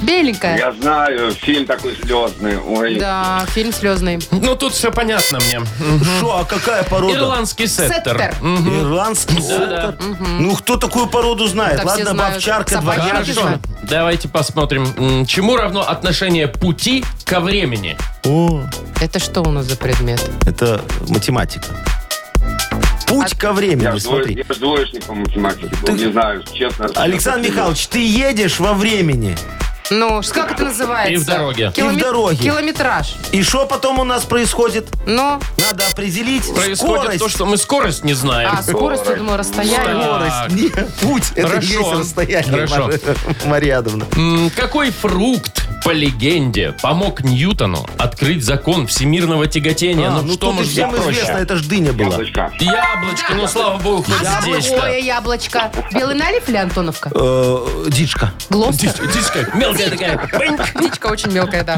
Speaker 3: Беленькая.
Speaker 6: Я знаю, фильм такой звездный. Ой.
Speaker 3: Да, фильм слезный.
Speaker 2: Ну, тут все понятно мне.
Speaker 3: Ну
Speaker 4: что, а какая порода?
Speaker 2: Ирландский сеттер.
Speaker 3: Сеттер.
Speaker 2: М,
Speaker 4: Ирландский
Speaker 2: Да-да.
Speaker 4: сектор? Ну, кто такую породу знает?
Speaker 3: Так все
Speaker 4: Ладно,
Speaker 3: знают.
Speaker 4: бабчарка,
Speaker 3: Собаки.
Speaker 4: дворняжка.
Speaker 3: Конечно.
Speaker 2: Хорошо, давайте посмотрим, м, чему равно отношение пути ко времени.
Speaker 4: О,
Speaker 3: Это что у нас за предмет?
Speaker 4: это математика. Путь ко
Speaker 6: Я
Speaker 4: времени,
Speaker 6: ж двое-
Speaker 4: смотри.
Speaker 6: я ж двоечник по математике был, не знаю, честно.
Speaker 4: Александр Михайлович, ты едешь во времени.
Speaker 3: Ну, ш- как это называется?
Speaker 2: И в дороге.
Speaker 3: Киломе-
Speaker 4: И в дороге.
Speaker 3: Километраж.
Speaker 4: И что потом у нас происходит?
Speaker 3: Ну,
Speaker 4: Надо определить
Speaker 2: Происходит
Speaker 4: скорость.
Speaker 2: то, что мы скорость не знаем.
Speaker 3: а скорость, я думаю, расстояние.
Speaker 2: Так.
Speaker 4: Скорость. Нет, путь. Это
Speaker 2: Хорошо.
Speaker 4: и есть расстояние,
Speaker 2: Хорошо.
Speaker 4: Мар- Мария Адамовна.
Speaker 2: М, Какой фрукт, по легенде, помог Ньютону открыть закон всемирного тяготения?
Speaker 4: А,
Speaker 2: ну, что
Speaker 4: тут и
Speaker 2: может
Speaker 4: всем
Speaker 2: быть проще?
Speaker 4: известно, это ж дыня была.
Speaker 6: Яблочко.
Speaker 2: Яблочко, ну слава богу, хоть
Speaker 3: А какое
Speaker 2: здесь-то.
Speaker 3: яблочко? Белый налив или Антоновка?
Speaker 4: Э, Дичка.
Speaker 3: Глостер?
Speaker 2: Дичь- Дичка, мелкая такая. Бэнь.
Speaker 3: Птичка очень мелкая, да.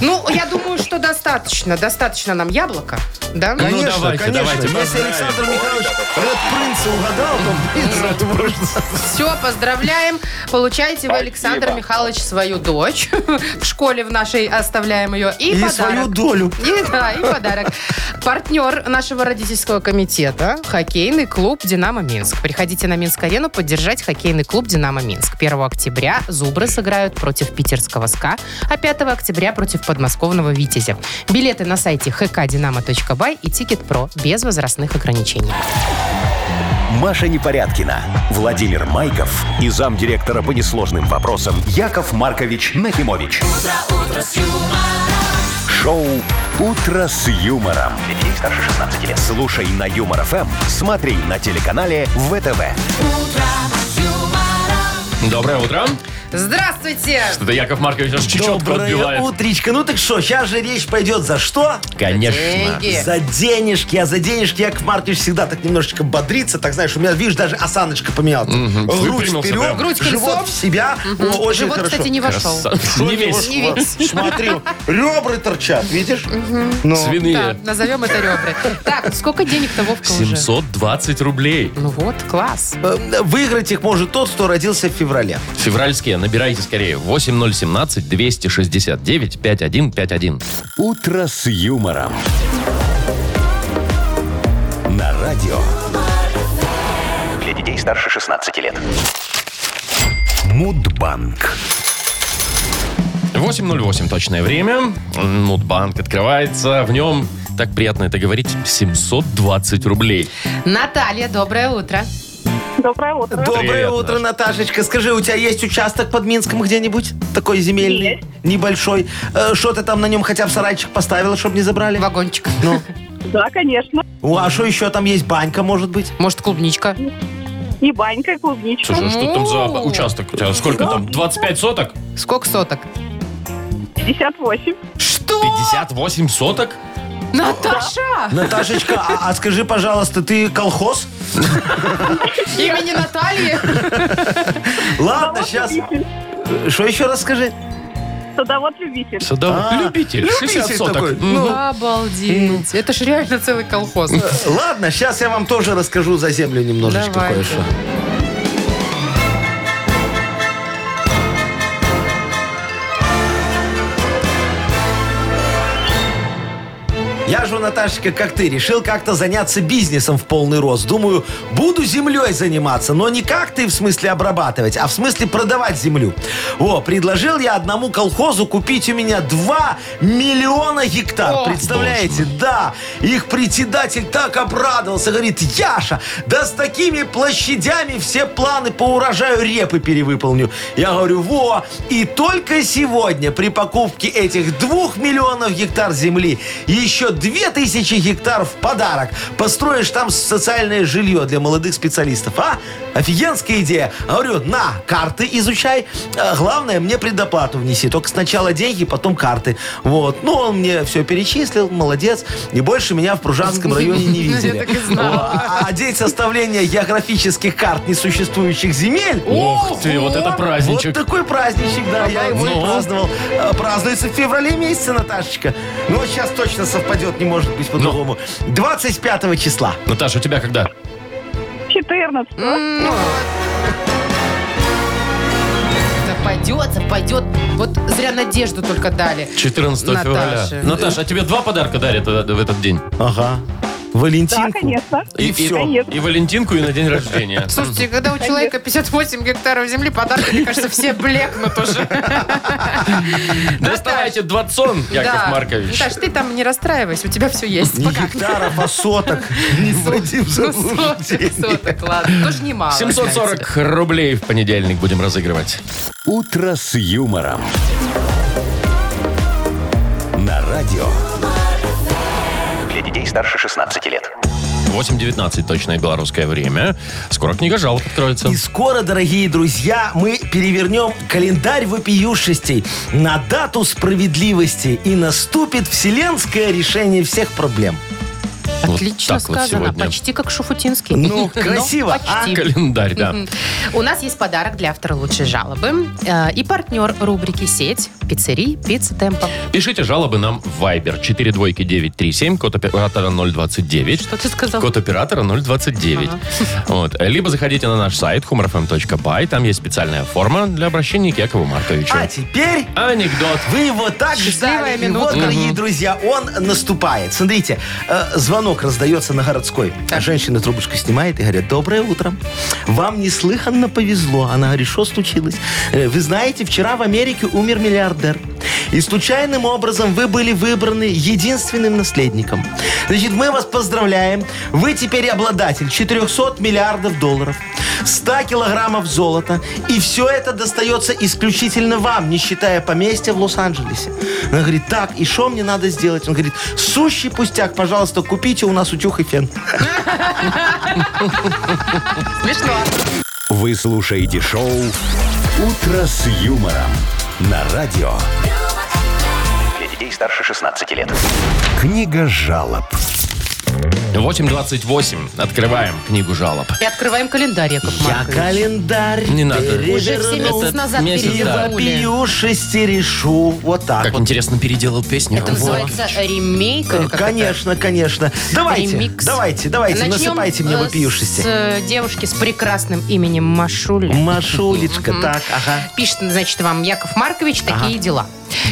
Speaker 3: Ну, я думаю, что достаточно. Достаточно нам яблока, да?
Speaker 2: Ну
Speaker 4: Конечно,
Speaker 2: давайте,
Speaker 4: конечно.
Speaker 2: давайте,
Speaker 4: Если
Speaker 2: поздравим.
Speaker 4: Александр Михайлович Ред Принца угадал, то принца это просто...
Speaker 3: Все, поздравляем. Получаете вы,
Speaker 6: Спасибо.
Speaker 3: Александр Михайлович, свою дочь. В школе в нашей оставляем ее. И,
Speaker 4: И
Speaker 3: подарок.
Speaker 4: свою долю.
Speaker 3: И, да, и подарок. Партнер нашего родительского комитета – хоккейный клуб «Динамо Минск». Приходите на Минск-арену поддержать хоккейный клуб «Динамо Минск». 1 октября «Зубры» сыграют против питерского «СКА», а 5 октября против подмосковного «Витязя». Билеты на сайте hkdinamo.by и «Тикет.Про» без возрастных ограничений.
Speaker 1: Маша Непорядкина, Владимир Майков и замдиректора по несложным вопросам Яков Маркович Нахимович. Шоу Утро с юмором. Детей старше 16 лет. Слушай на юмор ФМ, смотри на телеканале ВТВ.
Speaker 2: Доброе утро.
Speaker 3: Здравствуйте!
Speaker 2: Это Яков Маркович аж чечетку
Speaker 4: Доброе
Speaker 2: отбивает.
Speaker 4: утречко. Ну так что, сейчас же речь пойдет за что?
Speaker 2: Конечно.
Speaker 3: Деньги.
Speaker 4: За денежки, а за денежки Яков Маркович всегда так немножечко бодрится, так знаешь, у меня, видишь, даже осаночка поменялась. Грудь
Speaker 2: выпрямился
Speaker 4: вперед,
Speaker 2: прям.
Speaker 3: Грудь колесом.
Speaker 4: живот в себя, О, очень
Speaker 3: Живот,
Speaker 4: хорошо.
Speaker 3: кстати, не вошел.
Speaker 2: Красавчик. Не весь.
Speaker 3: Не весь.
Speaker 4: Смотри, ребра торчат, видишь?
Speaker 3: Да,
Speaker 4: Ну,
Speaker 2: Свиные.
Speaker 3: назовем это ребры. Так, сколько денег-то, Вовка, уже?
Speaker 2: 720 рублей.
Speaker 3: Ну вот, класс.
Speaker 4: Э, Выиграть их может тот, кто родился в феврале.
Speaker 2: Февральские. Набирайте скорее. 8017-269-5151.
Speaker 1: Утро с юмором. На радио
Speaker 5: Для детей старше 16 лет.
Speaker 1: Мудбанк.
Speaker 2: 8.08 точное время. Мудбанк открывается. В нем, так приятно это говорить, 720 рублей.
Speaker 3: Наталья, доброе утро.
Speaker 7: Доброе утро.
Speaker 4: Доброе
Speaker 2: Привет,
Speaker 4: утро, Наташечка. Скажи, у тебя есть участок под Минском где-нибудь? Такой земельный, небольшой. Э, Что ты там на нем хотя бы сарайчик поставила, чтобы не забрали?
Speaker 3: Вагончик.
Speaker 4: Ну,
Speaker 7: Да, конечно.
Speaker 4: О, а что еще там есть? Банька, может быть?
Speaker 3: Может, клубничка?
Speaker 7: И банька, и клубничка.
Speaker 2: Слушай, а что там за участок у тебя? Сколько там? 25 соток?
Speaker 3: Сколько соток?
Speaker 7: 58.
Speaker 3: Что?
Speaker 2: 58 соток?
Speaker 3: Наташа!
Speaker 4: Наташечка, а, а скажи, пожалуйста, ты колхоз?
Speaker 3: Имени Натальи?
Speaker 4: Ладно, сейчас.
Speaker 7: Любитель.
Speaker 4: Что еще раз скажи?
Speaker 7: Садовод-любитель.
Speaker 2: Садовод.
Speaker 4: А,
Speaker 2: Любитель. 60
Speaker 4: любитель
Speaker 2: соток.
Speaker 4: такой.
Speaker 2: М.
Speaker 4: Ну,
Speaker 3: Обалдеть. Это ж реально целый колхоз.
Speaker 4: Ладно, сейчас я вам тоже расскажу за землю немножечко
Speaker 3: Давайте.
Speaker 4: кое-что. Я же, Наташечка, как ты, решил как-то заняться бизнесом в полный рост. Думаю, буду землей заниматься, но не как ты в смысле обрабатывать, а в смысле продавать землю. О, предложил я одному колхозу купить у меня 2 миллиона гектар.
Speaker 3: О,
Speaker 4: Представляете? Да. Их председатель так обрадовался. Говорит, Яша, да с такими площадями все планы по урожаю репы перевыполню. Я говорю, во. И только сегодня при покупке этих 2 миллионов гектар земли еще 2000 гектар в подарок. Построишь там социальное жилье для молодых специалистов. А? Офигенская идея. Говорю, на, карты изучай. А главное, мне предоплату внеси. Только сначала деньги, потом карты. Вот. Ну, он мне все перечислил, молодец. И больше меня в Пружанском районе не
Speaker 3: Я
Speaker 4: видели.
Speaker 3: так и знала.
Speaker 4: О, А а день составления географических карт несуществующих земель
Speaker 2: Ох ты, вот это праздничек.
Speaker 4: вот такой праздничек, да, я его и
Speaker 2: Ну.
Speaker 4: праздновал. А, Празднуется в феврале месяце, Наташечка. Ну, вот сейчас точно совпадет, не может быть по-другому. 25 числа.
Speaker 2: Наташа, у тебя когда?
Speaker 7: 14.
Speaker 3: Пойдет, пойдет. Вот зря надежду только дали.
Speaker 2: 14
Speaker 3: Наташа.
Speaker 2: февраля. Наташа, а тебе два подарка дарят э, в этот день?
Speaker 4: Ага. Валентин.
Speaker 7: Да, конечно.
Speaker 2: И, и-
Speaker 7: Конечно.
Speaker 2: и Валентинку, и на день рождения.
Speaker 3: Слушайте, когда у человека 58 гектаров земли, подарки, мне кажется, все блекнут уже.
Speaker 2: Доставайте двадцон, Яков
Speaker 3: Да.
Speaker 2: Маркович.
Speaker 3: Наташ, ты там не расстраивайся, у тебя все есть.
Speaker 4: Не
Speaker 3: Пока.
Speaker 4: гектаров, а соток. Не вводим в
Speaker 3: Ну, соток,
Speaker 4: заблуждение.
Speaker 3: соток, ладно. Тоже немало.
Speaker 2: 740 рублей в понедельник будем разыгрывать.
Speaker 1: «Утро с юмором». На радио.
Speaker 5: Для детей старше 16 лет.
Speaker 2: 8.19 точное белорусское время. Скоро книга жалоб откроется.
Speaker 4: И скоро, дорогие друзья, мы перевернем календарь вопиюшестей на дату справедливости. И наступит вселенское решение всех проблем.
Speaker 2: Вот
Speaker 3: Отлично
Speaker 2: так вот
Speaker 3: сказано.
Speaker 2: сегодня.
Speaker 3: Почти как Шуфутинский.
Speaker 4: Ну,
Speaker 3: Но
Speaker 4: красиво, а?
Speaker 3: почти.
Speaker 2: Календарь, да.
Speaker 3: Мгм. У нас есть подарок для автора лучшей жалобы. Э, И партнер рубрики «Сеть» пиццерий «Пицца Темпа».
Speaker 2: Пишите жалобы нам в Viber 42937, код оператора 029.
Speaker 3: Что ты сказал?
Speaker 2: Код оператора 029.
Speaker 3: Ага.
Speaker 2: Вот. Либо заходите на наш сайт humorfm.by. Там есть специальная форма для обращения к Якову Марковичу.
Speaker 4: А теперь
Speaker 2: Анекдот.
Speaker 4: Вы его так
Speaker 3: Счастливая
Speaker 4: ждали. И
Speaker 3: минутка.
Speaker 4: вот, дорогие друзья, он наступает. Смотрите, э, звонок раздается на городской. А Женщина трубочку снимает и говорит, доброе утро. Вам неслыханно повезло. Она говорит, что случилось? Э, Вы знаете, вчера в Америке умер миллиардер. И случайным образом вы были выбраны единственным наследником. Значит, мы вас поздравляем. Вы теперь обладатель 400 миллиардов долларов, 100 килограммов золота. И все это достается исключительно вам, не считая поместья в Лос-Анджелесе. Она говорит, так, и что мне надо сделать? Он говорит, сущий пустяк, пожалуйста, купите у нас утюг и фен.
Speaker 3: Смешно.
Speaker 1: Вы слушаете шоу «Утро с юмором». На радио.
Speaker 5: Для детей старше 16 лет.
Speaker 1: Книга жалоб.
Speaker 2: 8.28. Открываем книгу жалоб.
Speaker 3: И открываем календарь, Яков
Speaker 4: Я
Speaker 3: Маркович.
Speaker 4: календарь
Speaker 2: Не надо.
Speaker 3: Уже все
Speaker 4: перевернул.
Speaker 3: месяц
Speaker 2: Этот
Speaker 3: назад
Speaker 2: месяц, да.
Speaker 3: перевернули.
Speaker 4: Вопию шестерешу. Вот так
Speaker 2: Как
Speaker 4: вот.
Speaker 2: интересно переделал песню.
Speaker 3: Это
Speaker 2: Вот.
Speaker 3: называется ремейк? или как это?
Speaker 4: Конечно, конечно. Давайте,
Speaker 3: Ремикс.
Speaker 4: давайте, давайте,
Speaker 3: Начнем,
Speaker 4: насыпайте мне
Speaker 3: э,
Speaker 4: вопиюшести.
Speaker 3: С э, девушки с прекрасным именем Машуля.
Speaker 4: Машулечка, так, ага.
Speaker 3: Пишет, значит, вам Яков Маркович такие дела.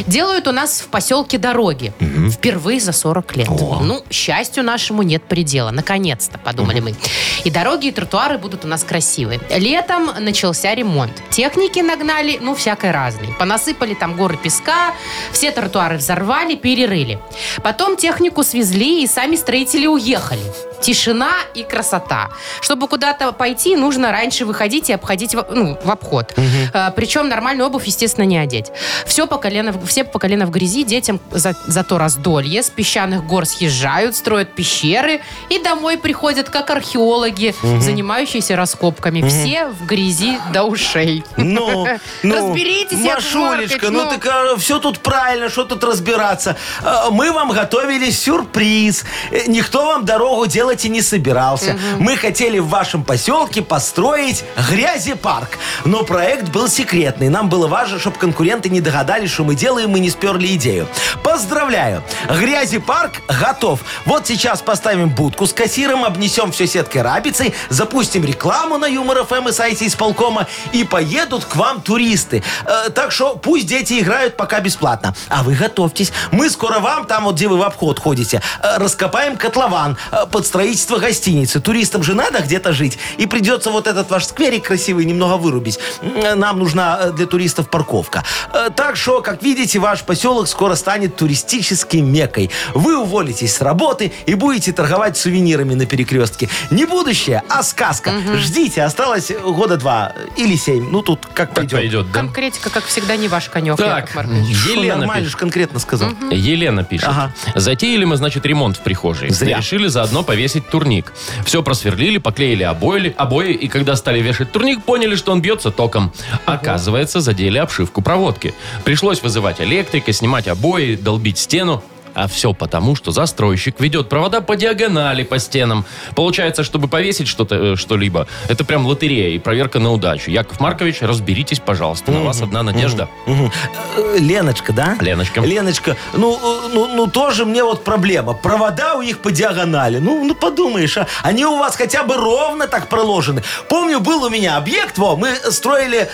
Speaker 3: Делают у нас в поселке дороги. Впервые за 40 лет. Ну, счастью нашему нет предела. Наконец-то, подумали мы. И дороги, и тротуары будут у нас красивые. Летом начался ремонт. Техники нагнали, ну, всякой разной. Понасыпали там горы песка, все тротуары взорвали, перерыли. Потом технику свезли, и сами строители уехали. Тишина и красота. Чтобы куда-то пойти, нужно раньше выходить и обходить в, ну, в обход. Э, Причем нормальную обувь, естественно, не одеть. Все по колено, в- все по колено в грязи, детям за, зато раздолье, с песчаных гор съезжают, строят пещеры и домой приходят как археологи, занимающиеся раскопками. Все в грязи до ушей.
Speaker 4: Ну, ну,
Speaker 3: Разберитесь, Яков
Speaker 4: Машулечка,
Speaker 3: Маркович,
Speaker 4: ну,
Speaker 3: ну.
Speaker 4: ты все тут правильно, что тут разбираться. Э, Мы вам готовили сюрприз. Э, Никто вам дорогу делать и не собирался. Мы хотели в вашем поселке построить грязепарк. Но проект был секретный. Нам было важно, чтобы конкуренты не догадались, что мы делаем, и не сперли идею. Поздравляю! Грязепарк готов. Вот сейчас поставим будку с кассиром, обнесем все сеткой рабицей, запустим рекламу на Юмор ФМ и сайте исполкома, и поедут к вам туристы. Э, так что пусть дети играют пока бесплатно. А вы готовьтесь. Мы скоро вам, там вот где вы в обход ходите, э, раскопаем котлован э, под строительство гостиницы. Туристам же надо где-то жить. И придется вот этот ваш скверик красивый немного вырубить. М, Нам нужна э, для туристов парковка. Э, Так что, как видите, ваш поселок скоро станет туристической мекой. Вы уволитесь с работы и будете торговать сувенирами на перекрестке. Не будущее, а сказка. Ждите, осталось года два или семь. Ну, тут как
Speaker 2: Так
Speaker 4: пойдет.
Speaker 2: пойдет, да?
Speaker 3: Конкретика, как всегда, не ваш конек,
Speaker 2: Так,
Speaker 3: Яков Маркович.
Speaker 4: Шо,
Speaker 2: Елена
Speaker 4: нормально
Speaker 2: пишет.
Speaker 4: же конкретно сказал.
Speaker 2: Елена пишет.
Speaker 4: Ага.
Speaker 2: Затеяли мы, значит, ремонт в прихожей.
Speaker 4: Зря.
Speaker 2: И решили заодно повесить турник. Все просверлили, поклеили обои, обои, и когда стали вешать турник, поняли, что он бьется током. Оказывается, задели обшивку проводки. Пришлось вызывать электрика, снимать обои, долбить стену. А все потому, что застройщик ведет провода по диагонали по стенам. Получается, чтобы повесить что-то, э, что-либо, это прям лотерея и проверка на удачу. Яков Маркович, разберитесь, пожалуйста. На вас одна надежда.
Speaker 4: Мгм. Э, Леночка, да?
Speaker 2: Леночка.
Speaker 4: Леночка, ну, э, ну, ну тоже мне вот проблема. Провода у них по диагонали. Ну, ну подумаешь, а. они у вас хотя бы ровно так проложены. Помню, был у меня объект, во, мы строили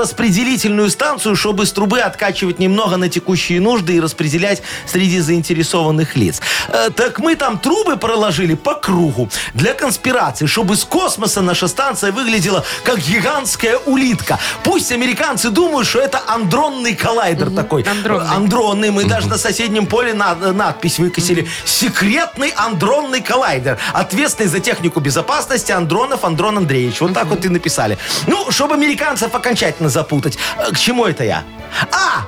Speaker 4: газораспределительную станцию, чтобы из трубы откачивать немного на текущие нужды и распределять среди заинтересованных лиц. Э, Так мы там трубы проложили по кругу для конспирации, чтобы с космоса наша станция выглядела как гигантская улитка. Пусть американцы думают, что это андронный коллайдер такой.
Speaker 3: андронный.
Speaker 4: Андронный. Мы даже на соседнем поле на- э, надпись выкосили. Секретный андронный коллайдер. Ответственный за технику безопасности Андронов Андрон Андреевич. Вот так вот и написали. Ну, чтобы американцев окончательно запутать. Э, К чему это я? А!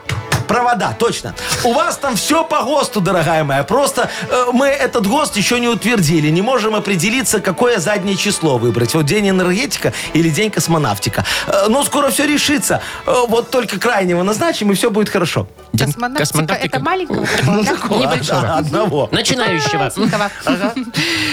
Speaker 4: Провода, точно. У вас там все по ГОСТу, дорогая моя. Просто э, мы этот ГОСТ еще не утвердили. Не можем определиться, какое заднее число выбрать. Вот день энергетика или день космонавтика. Э, но скоро все решится. Э, вот только крайнего назначим, и все будет хорошо.
Speaker 3: Космонавтика,
Speaker 2: космонавтика.
Speaker 3: это маленького такого, да?
Speaker 4: Од-
Speaker 3: Небольшого.
Speaker 4: Одного.
Speaker 2: Начинающего.
Speaker 3: Маленького.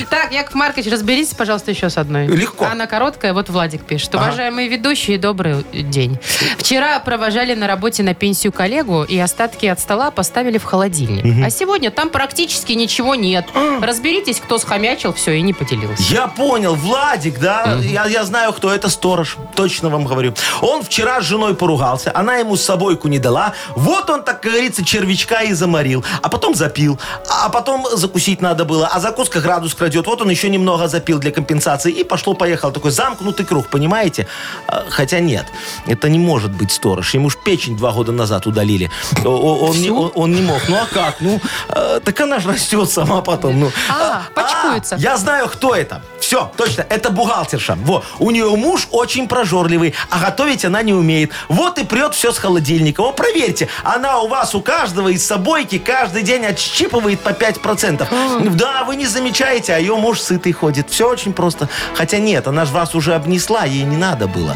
Speaker 3: Так, Яков Маркович, разберитесь, пожалуйста, еще с одной.
Speaker 4: Легко.
Speaker 3: Она короткая, вот Владик пишет. Уважаемые ведущие, добрый день. Вчера провожали на работе на пенсию коллегу, и остатки от стола поставили в холодильник. А сегодня там практически ничего нет.
Speaker 4: А.
Speaker 3: Разберитесь, кто схомячил все и не поделился.
Speaker 4: Я понял, Владик, да? Я, я знаю, кто это сторож. Точно вам говорю. Он вчера с женой поругался, она ему с собойку не дала. Вот он, так как говорится, червячка и заморил. А потом запил. А потом закусить надо было. А закуска градус крадет. Вот он еще немного запил для компенсации. И пошло-поехал. Такой замкнутый круг, понимаете? А, Хотя нет, это не может быть сторож. Ему ж печень два года назад удалили. О- о- Он, не, он- он не мог. Ну а как? Ну, э, так она же растет сама потом. Ну.
Speaker 3: А, почкуется.
Speaker 4: А, я знаю, кто это. Все, точно, это бухгалтерша. Во, у нее муж очень прожорливый, а готовить она не умеет. Вот и прет все с холодильника. О, проверьте, она у вас у каждого из собойки каждый день отщипывает по 5%. да, вы не замечаете, а ее муж сытый ходит. Все очень просто. Хотя нет, она же вас уже обнесла, ей не надо было.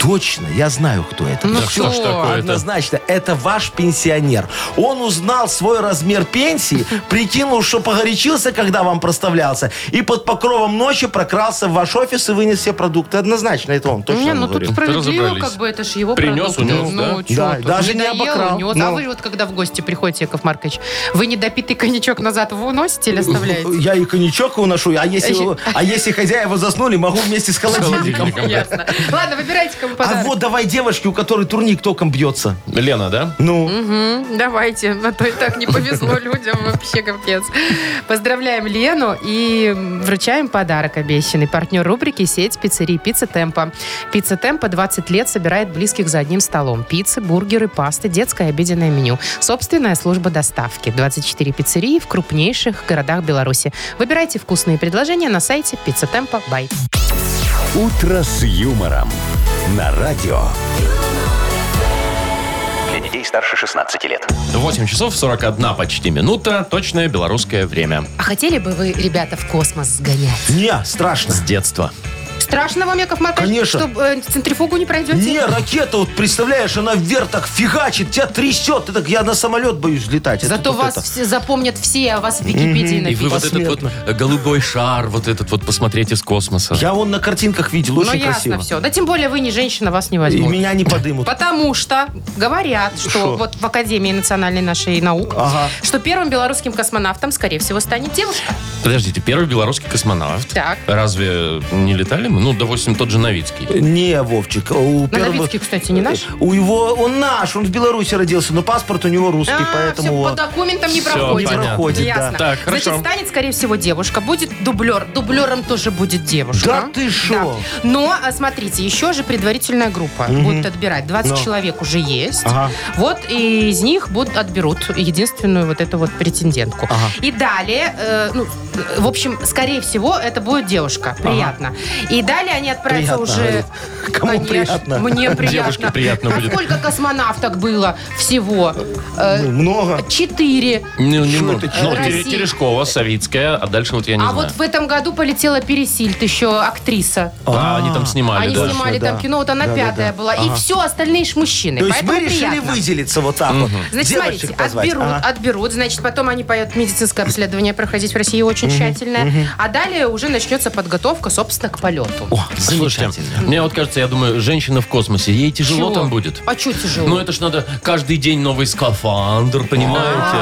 Speaker 4: Точно, я знаю, кто это.
Speaker 3: Ну
Speaker 2: Да что ж
Speaker 3: кто?
Speaker 2: такое? это?
Speaker 4: Однозначно, это ваш пенсионер. Он узнал свой размер пенсии, прикинул, что погорячился, когда вам проставлялся, и под покровом ночи прокрался в ваш офис и вынес все продукты. Однозначно, это он точно
Speaker 3: Не,
Speaker 4: вам
Speaker 3: ну тут
Speaker 4: говорю.
Speaker 3: справедливо,
Speaker 2: разобрались.
Speaker 3: как бы это ж его
Speaker 2: Принес,
Speaker 3: продукты.
Speaker 2: унес,
Speaker 3: Ну,
Speaker 2: да?
Speaker 3: чё
Speaker 4: Да,
Speaker 3: тут?
Speaker 4: даже не
Speaker 3: Доел,
Speaker 4: обокрал.
Speaker 3: унес. А
Speaker 4: Ну.
Speaker 3: вы вот когда в гости приходите, Яков Маркович, вы недопитый коньячок назад выносите или оставляете?
Speaker 4: Я и коньячок уношу, а если,
Speaker 3: Ещё-
Speaker 4: а если хозяева заснули, могу вместе с холодильником.
Speaker 3: Ясно. Ладно, выбирайте кому
Speaker 4: А
Speaker 3: подарок.
Speaker 4: вот давай девочке, у которой турник током бьется.
Speaker 2: Лена, да?
Speaker 4: Ну,
Speaker 3: Мгм, Давайте, а то и так не повезло людям, вообще капец. Поздравляем Лену и вручаем подарок обещанный. Партнер рубрики «Сеть пиццерий Пицца Темпа». Пицца Темпа 20 лет собирает близких за одним столом. Пиццы, бургеры, пасты, детское и обеденное меню. Собственная служба доставки. 24 пиццерии в крупнейших городах Беларуси. Выбирайте вкусные предложения на сайте «Пицца Темпа. Бай».
Speaker 1: «Утро с юмором» на радио.
Speaker 5: Для детей старше 16 лет.
Speaker 2: 8 часов 41 почти минута. Точное белорусское время.
Speaker 3: А хотели бы вы, ребята, в космос сгонять?
Speaker 4: не, страшно.
Speaker 2: С детства.
Speaker 3: Страшно вам, Яков Маркович,
Speaker 4: Конечно.
Speaker 3: что э, центрифугу не пройдете?
Speaker 4: Не, ракета, вот представляешь, она вверх так фигачит, тебя трясет. Ты так, я на самолет боюсь летать. Это
Speaker 3: Зато
Speaker 4: вот
Speaker 3: вас
Speaker 4: это.
Speaker 3: все запомнят все, а вас в Википедии
Speaker 2: И вы
Speaker 3: напишут.
Speaker 2: вот этот вот э, голубой шар, вот этот вот посмотреть из космоса.
Speaker 4: Я вон на картинках видел,
Speaker 3: Ну,
Speaker 4: очень
Speaker 3: ясно
Speaker 4: красиво.
Speaker 3: все. Да тем более вы не женщина, вас не
Speaker 4: И
Speaker 3: возьмут.
Speaker 4: меня не подымут.
Speaker 3: Потому что говорят, что
Speaker 4: Шо?
Speaker 3: вот в Академии национальной нашей наук,
Speaker 4: Ага.
Speaker 3: что первым белорусским космонавтом, скорее всего, станет девушка.
Speaker 2: Подождите, первый белорусский космонавт.
Speaker 3: Так.
Speaker 2: Разве не летали мы? Ну, допустим, тот же Новицкий.
Speaker 4: Не, Вовчик. У
Speaker 3: Но
Speaker 4: первого-
Speaker 3: Новицкий, кстати, не наш.
Speaker 4: У его, он наш, он в Беларуси родился, но паспорт у него
Speaker 3: А,
Speaker 4: русский,
Speaker 3: все,
Speaker 4: поэтому
Speaker 3: по
Speaker 4: вот.
Speaker 3: документам не
Speaker 2: Всё,
Speaker 3: проходит.
Speaker 2: понятно.
Speaker 4: Проходит, да.
Speaker 3: Ясно.
Speaker 2: Так, хорошо.
Speaker 3: Значит, станет, скорее всего, девушка. Будет дублер. Дублером тоже будет девушка.
Speaker 4: Да ты шо?
Speaker 3: Но, а, смотрите, еще же предварительная группа будет отбирать. 20 человек уже есть.
Speaker 4: Ага.
Speaker 3: Вот и из них будут, отберут единственную вот эту вот претендентку. И далее, э, ну, э, в общем, скорее всего, это будет девушка. Приятно. И далее они отправятся
Speaker 4: Приятно,
Speaker 3: уже...
Speaker 4: Кому
Speaker 3: Конечно,
Speaker 4: приятно?
Speaker 3: Мне приятно.
Speaker 2: Девушке приятно
Speaker 3: А
Speaker 2: будет.
Speaker 3: сколько космонавток было всего? Э,
Speaker 4: Ну, много.
Speaker 3: Четыре.
Speaker 2: Ну, не
Speaker 4: Чё
Speaker 2: мог.
Speaker 4: это,
Speaker 2: Ну,
Speaker 3: чё?
Speaker 2: Тере- Терешкова, Савицкая, а дальше вот я не
Speaker 3: А
Speaker 2: знаю.
Speaker 3: вот в этом году полетела Пересильд, еще актриса.
Speaker 2: А, они там снимали,
Speaker 3: Они
Speaker 2: да.
Speaker 3: снимали там
Speaker 4: да.
Speaker 3: кино, вот она
Speaker 4: Да, да,
Speaker 3: пятая
Speaker 4: да.
Speaker 3: была. И все, остальные ж мужчины.
Speaker 4: То есть
Speaker 3: Поэтому
Speaker 4: мы решили
Speaker 3: приятно.
Speaker 4: выделиться вот так вот.
Speaker 3: Значит,
Speaker 4: Девочек
Speaker 3: смотрите,
Speaker 4: позвать.
Speaker 3: отберут,
Speaker 4: Ага.
Speaker 3: отберут, значит, потом они поют медицинское обследование проходить в России очень тщательное, а далее уже начнется подготовка, собственно, к полету.
Speaker 2: Слушайте, мне вот кажется, я думаю, женщина в космосе, ей тяжело
Speaker 4: ну,
Speaker 3: Чего?
Speaker 2: там будет.
Speaker 3: А что тяжело?
Speaker 2: Ну, это ж надо каждый день новый скафандр, понимаете?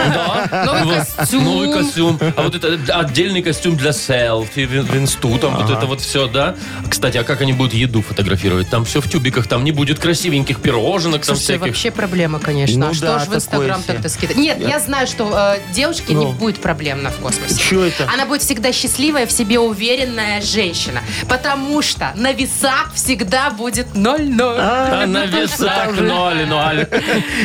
Speaker 3: А,
Speaker 2: Да.
Speaker 3: Новый
Speaker 2: Вот.
Speaker 3: костюм.
Speaker 2: Новый костюм. А вот это отдельный костюм для селфи, вин- в инсту, там вот это вот все, да? Кстати, а как они будут еду фотографировать? Там все в тюбиках, там не будет красивеньких пироженок, там
Speaker 3: Слушай,
Speaker 2: всяких.
Speaker 3: вообще проблема, конечно.
Speaker 4: Ну
Speaker 3: а что
Speaker 4: да,
Speaker 3: ж в
Speaker 4: такое
Speaker 3: Инстаграм
Speaker 4: себе.
Speaker 3: тогда скидать? Нет, я знаю, что э, девушке не будет проблемно в космосе.
Speaker 4: Чё это?
Speaker 3: Она будет всегда счастливая, в себе уверенная женщина. Потому что на весах всегда будет ноль-ноль.
Speaker 2: А на ну, весах ноль, ноль.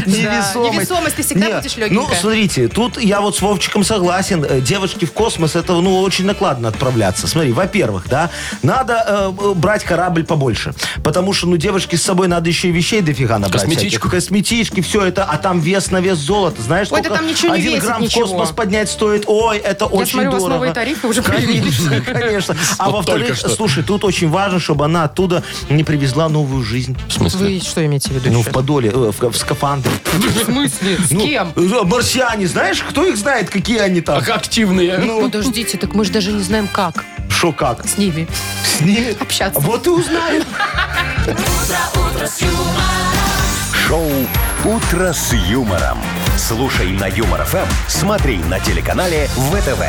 Speaker 4: Невесомость.
Speaker 3: Невесомость, ты всегда
Speaker 4: Не,
Speaker 3: будешь легенькая.
Speaker 4: Ну, смотрите, тут я вот с Вовчиком согласен. Э, Девочки в космос, это, ну, очень накладно отправляться. Смотри, во-первых, да, надо э, брать корабль побольше. Потому что, ну, девочки с собой надо еще и вещей дофига набрать.
Speaker 2: Косметичку.
Speaker 4: всяких. Косметички, все это, а там вес на вес золота. Знаешь,
Speaker 3: Ой, да
Speaker 4: сколько
Speaker 3: там ничего не
Speaker 4: один
Speaker 3: весит,
Speaker 4: грамм в
Speaker 3: ничего.
Speaker 4: космос поднять стоит? Ой, это
Speaker 3: Я
Speaker 4: очень
Speaker 3: смотрю, у вас
Speaker 4: дорого.
Speaker 3: новые тарифы уже появились.
Speaker 4: Конечно, конечно. А
Speaker 2: Вот только
Speaker 4: во-вторых,
Speaker 2: что.
Speaker 4: слушай, тут очень важно, чтобы она оттуда не привезла новую жизнь.
Speaker 2: В смысле?
Speaker 3: Вы что имеете в виду?
Speaker 4: Ну, в
Speaker 3: еще?
Speaker 4: подоле, э, в, в скафандре.
Speaker 3: в смысле? С кем?
Speaker 4: Ну, марсиане, знаешь, кто их знает, какие они
Speaker 2: А
Speaker 4: там?
Speaker 2: как
Speaker 4: Ну,
Speaker 2: активные.
Speaker 3: Подождите, так мы же даже не знаем, как
Speaker 4: Шо как?
Speaker 3: с ними
Speaker 4: С ними?
Speaker 3: общаться.
Speaker 4: Вот и узнают.
Speaker 1: Шоу «Утро с юмором». Слушай на Юмор ФМ, смотри на телеканале ВТВ.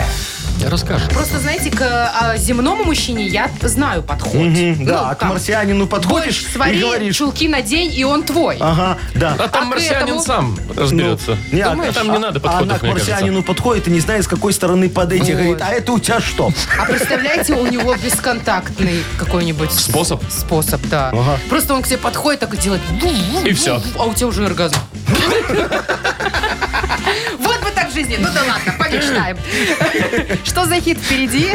Speaker 2: Расскажешь.
Speaker 3: Просто, знаете, к а, земному мужчине я знаю подход. Ну,
Speaker 4: Да, к
Speaker 3: как?
Speaker 4: марсианину подходишь
Speaker 3: Борщ
Speaker 4: и
Speaker 3: свари,
Speaker 4: говоришь.
Speaker 3: чулки надень, и он твой.
Speaker 4: Ага,
Speaker 2: А
Speaker 4: да.
Speaker 2: там
Speaker 3: А
Speaker 2: марсианин
Speaker 3: поэтому-
Speaker 2: сам разберется.
Speaker 4: Ну, не, а-
Speaker 2: Думаешь? там не
Speaker 4: а-
Speaker 2: надо
Speaker 4: а Она
Speaker 2: подходов,
Speaker 4: к
Speaker 2: мне кажется.
Speaker 4: марсианину подходит и не знает, с какой стороны подойти. Говорит, а это у тебя что?
Speaker 3: А представляете, у него бесконтактный какой-нибудь...
Speaker 2: Способ?
Speaker 3: Способ, да. Просто он к тебе подходит, так и делает...
Speaker 2: И всё.
Speaker 3: А у тебя уже оргазм. Вот бы так в жизни. Ну да ладно, помечтаем. Что за хит впереди?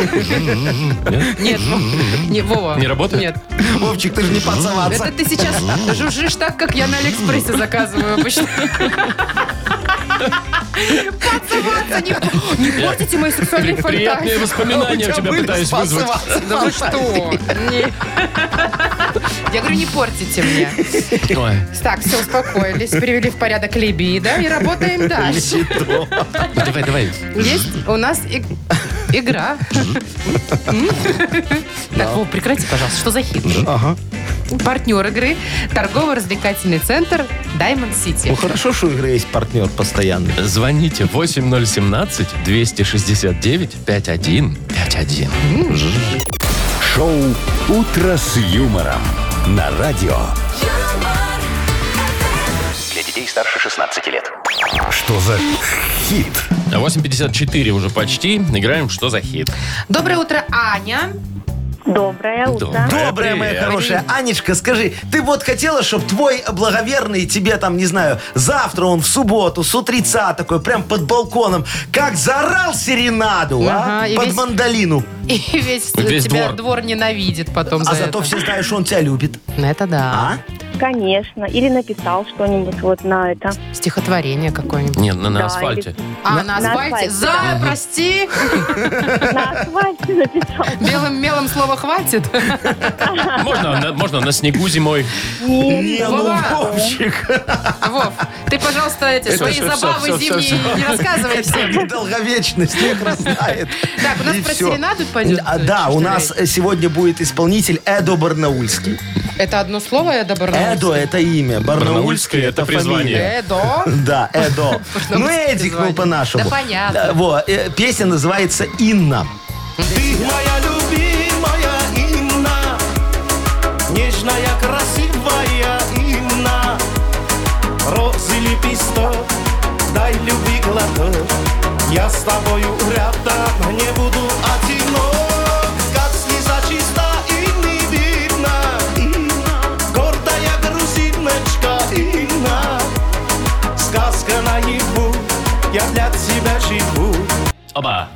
Speaker 3: Нет, Вов- не, Вова.
Speaker 2: Не работает?
Speaker 3: Нет.
Speaker 4: Вовчик, ты же не
Speaker 3: Это
Speaker 4: подсоваться.
Speaker 3: ты сейчас жужжишь так, как я на Алиэкспрессе заказываю обычно. Подсоваться не п- не портите мои сексуальные
Speaker 2: При- Приятные
Speaker 3: фантазии.
Speaker 2: воспоминания у тебя пытаюсь вызвать.
Speaker 3: Да вы что? Не. Я говорю, не портите мне.
Speaker 2: Ой.
Speaker 3: Так, все, успокоились, привели в порядок либидо и работаем дальше.
Speaker 2: Ну, Давай, давай.
Speaker 3: Есть у нас и- игра. М? Так, Вов, прекрати, пожалуйста, что за хит? Партнер игры – торгово-развлекательный центр Diamond
Speaker 4: Ну
Speaker 3: City.
Speaker 4: хорошо, что у игры есть партнер постоянный.
Speaker 2: Звоните 8017-269-5151.
Speaker 1: Шоу «Утро с юмором» на радио.
Speaker 8: юмор,
Speaker 5: Для детей старше 16 лет.
Speaker 1: Что за хит?
Speaker 2: 8.54 уже почти. Играем «Что за хит?».
Speaker 3: Доброе утро, Аня.
Speaker 7: Доброе утро.
Speaker 2: Доброе.
Speaker 4: Добрая моя
Speaker 2: Привет.
Speaker 4: хорошая. Анечка, скажи, ты вот хотела, чтобы твой благоверный тебе там, не знаю, завтра он в субботу с утреца такой, прям под балконом, как заорал серенаду,
Speaker 3: Ага,
Speaker 4: а?
Speaker 3: и
Speaker 4: Под
Speaker 3: весь-
Speaker 4: мандолину.
Speaker 3: И весь,
Speaker 2: Весь
Speaker 3: тебя
Speaker 2: двор.
Speaker 3: двор, ненавидит потом
Speaker 4: А
Speaker 3: за
Speaker 4: зато
Speaker 3: это.
Speaker 4: все знают, что он тебя любит.
Speaker 3: Ну, Это да.
Speaker 4: А?
Speaker 7: Конечно. Или написал что-нибудь вот на это.
Speaker 3: Стихотворение какое-нибудь.
Speaker 2: Нет, на, на
Speaker 7: Да,
Speaker 2: асфальте.
Speaker 3: А, на
Speaker 7: на
Speaker 3: асфальте?
Speaker 7: асфальте,
Speaker 3: За, прости.
Speaker 7: На асфальте написал.
Speaker 3: Белым мелом слова хватит.
Speaker 2: Можно, на, можно на снегу зимой.
Speaker 4: Не, ну,
Speaker 3: Вова.
Speaker 4: Вовчик,
Speaker 3: Вов, ты, пожалуйста, эти свои
Speaker 2: всё,
Speaker 3: забавы
Speaker 2: всё, всё,
Speaker 3: зимние не рассказывай всем.
Speaker 4: это долговечность, всех раздает.
Speaker 3: Так, у нас
Speaker 4: И
Speaker 3: про
Speaker 4: всё.
Speaker 3: серенаду пойдет?
Speaker 4: А, Да, у
Speaker 3: Что
Speaker 4: нас э, сегодня будет исполнитель Эдо Барнаульский.
Speaker 3: ли? Это одно слово, Эда
Speaker 4: Эдо –
Speaker 3: Барнаульский?
Speaker 4: это имя,
Speaker 2: Барнаульский
Speaker 4: Барнаульский –
Speaker 2: это
Speaker 4: это
Speaker 2: призвание.
Speaker 4: фамилия.
Speaker 3: Эдо.
Speaker 4: Да, Эдо. Ну,
Speaker 3: Барнаульский
Speaker 4: Эдик,
Speaker 3: звали.
Speaker 4: ну, по-нашему.
Speaker 3: Да понятно.
Speaker 4: Да, Во, э, песня называется «Инна».
Speaker 8: Ты моя любимая Инна, нежная, красивая Инна. Розы лепесток, дай любви глоток, я с тобою рядом не буду одинок. Как слеза чиста и не видно, Инна, гордая грузиночка Инна. Сказка наяву, я для тебя живу.
Speaker 2: Оба.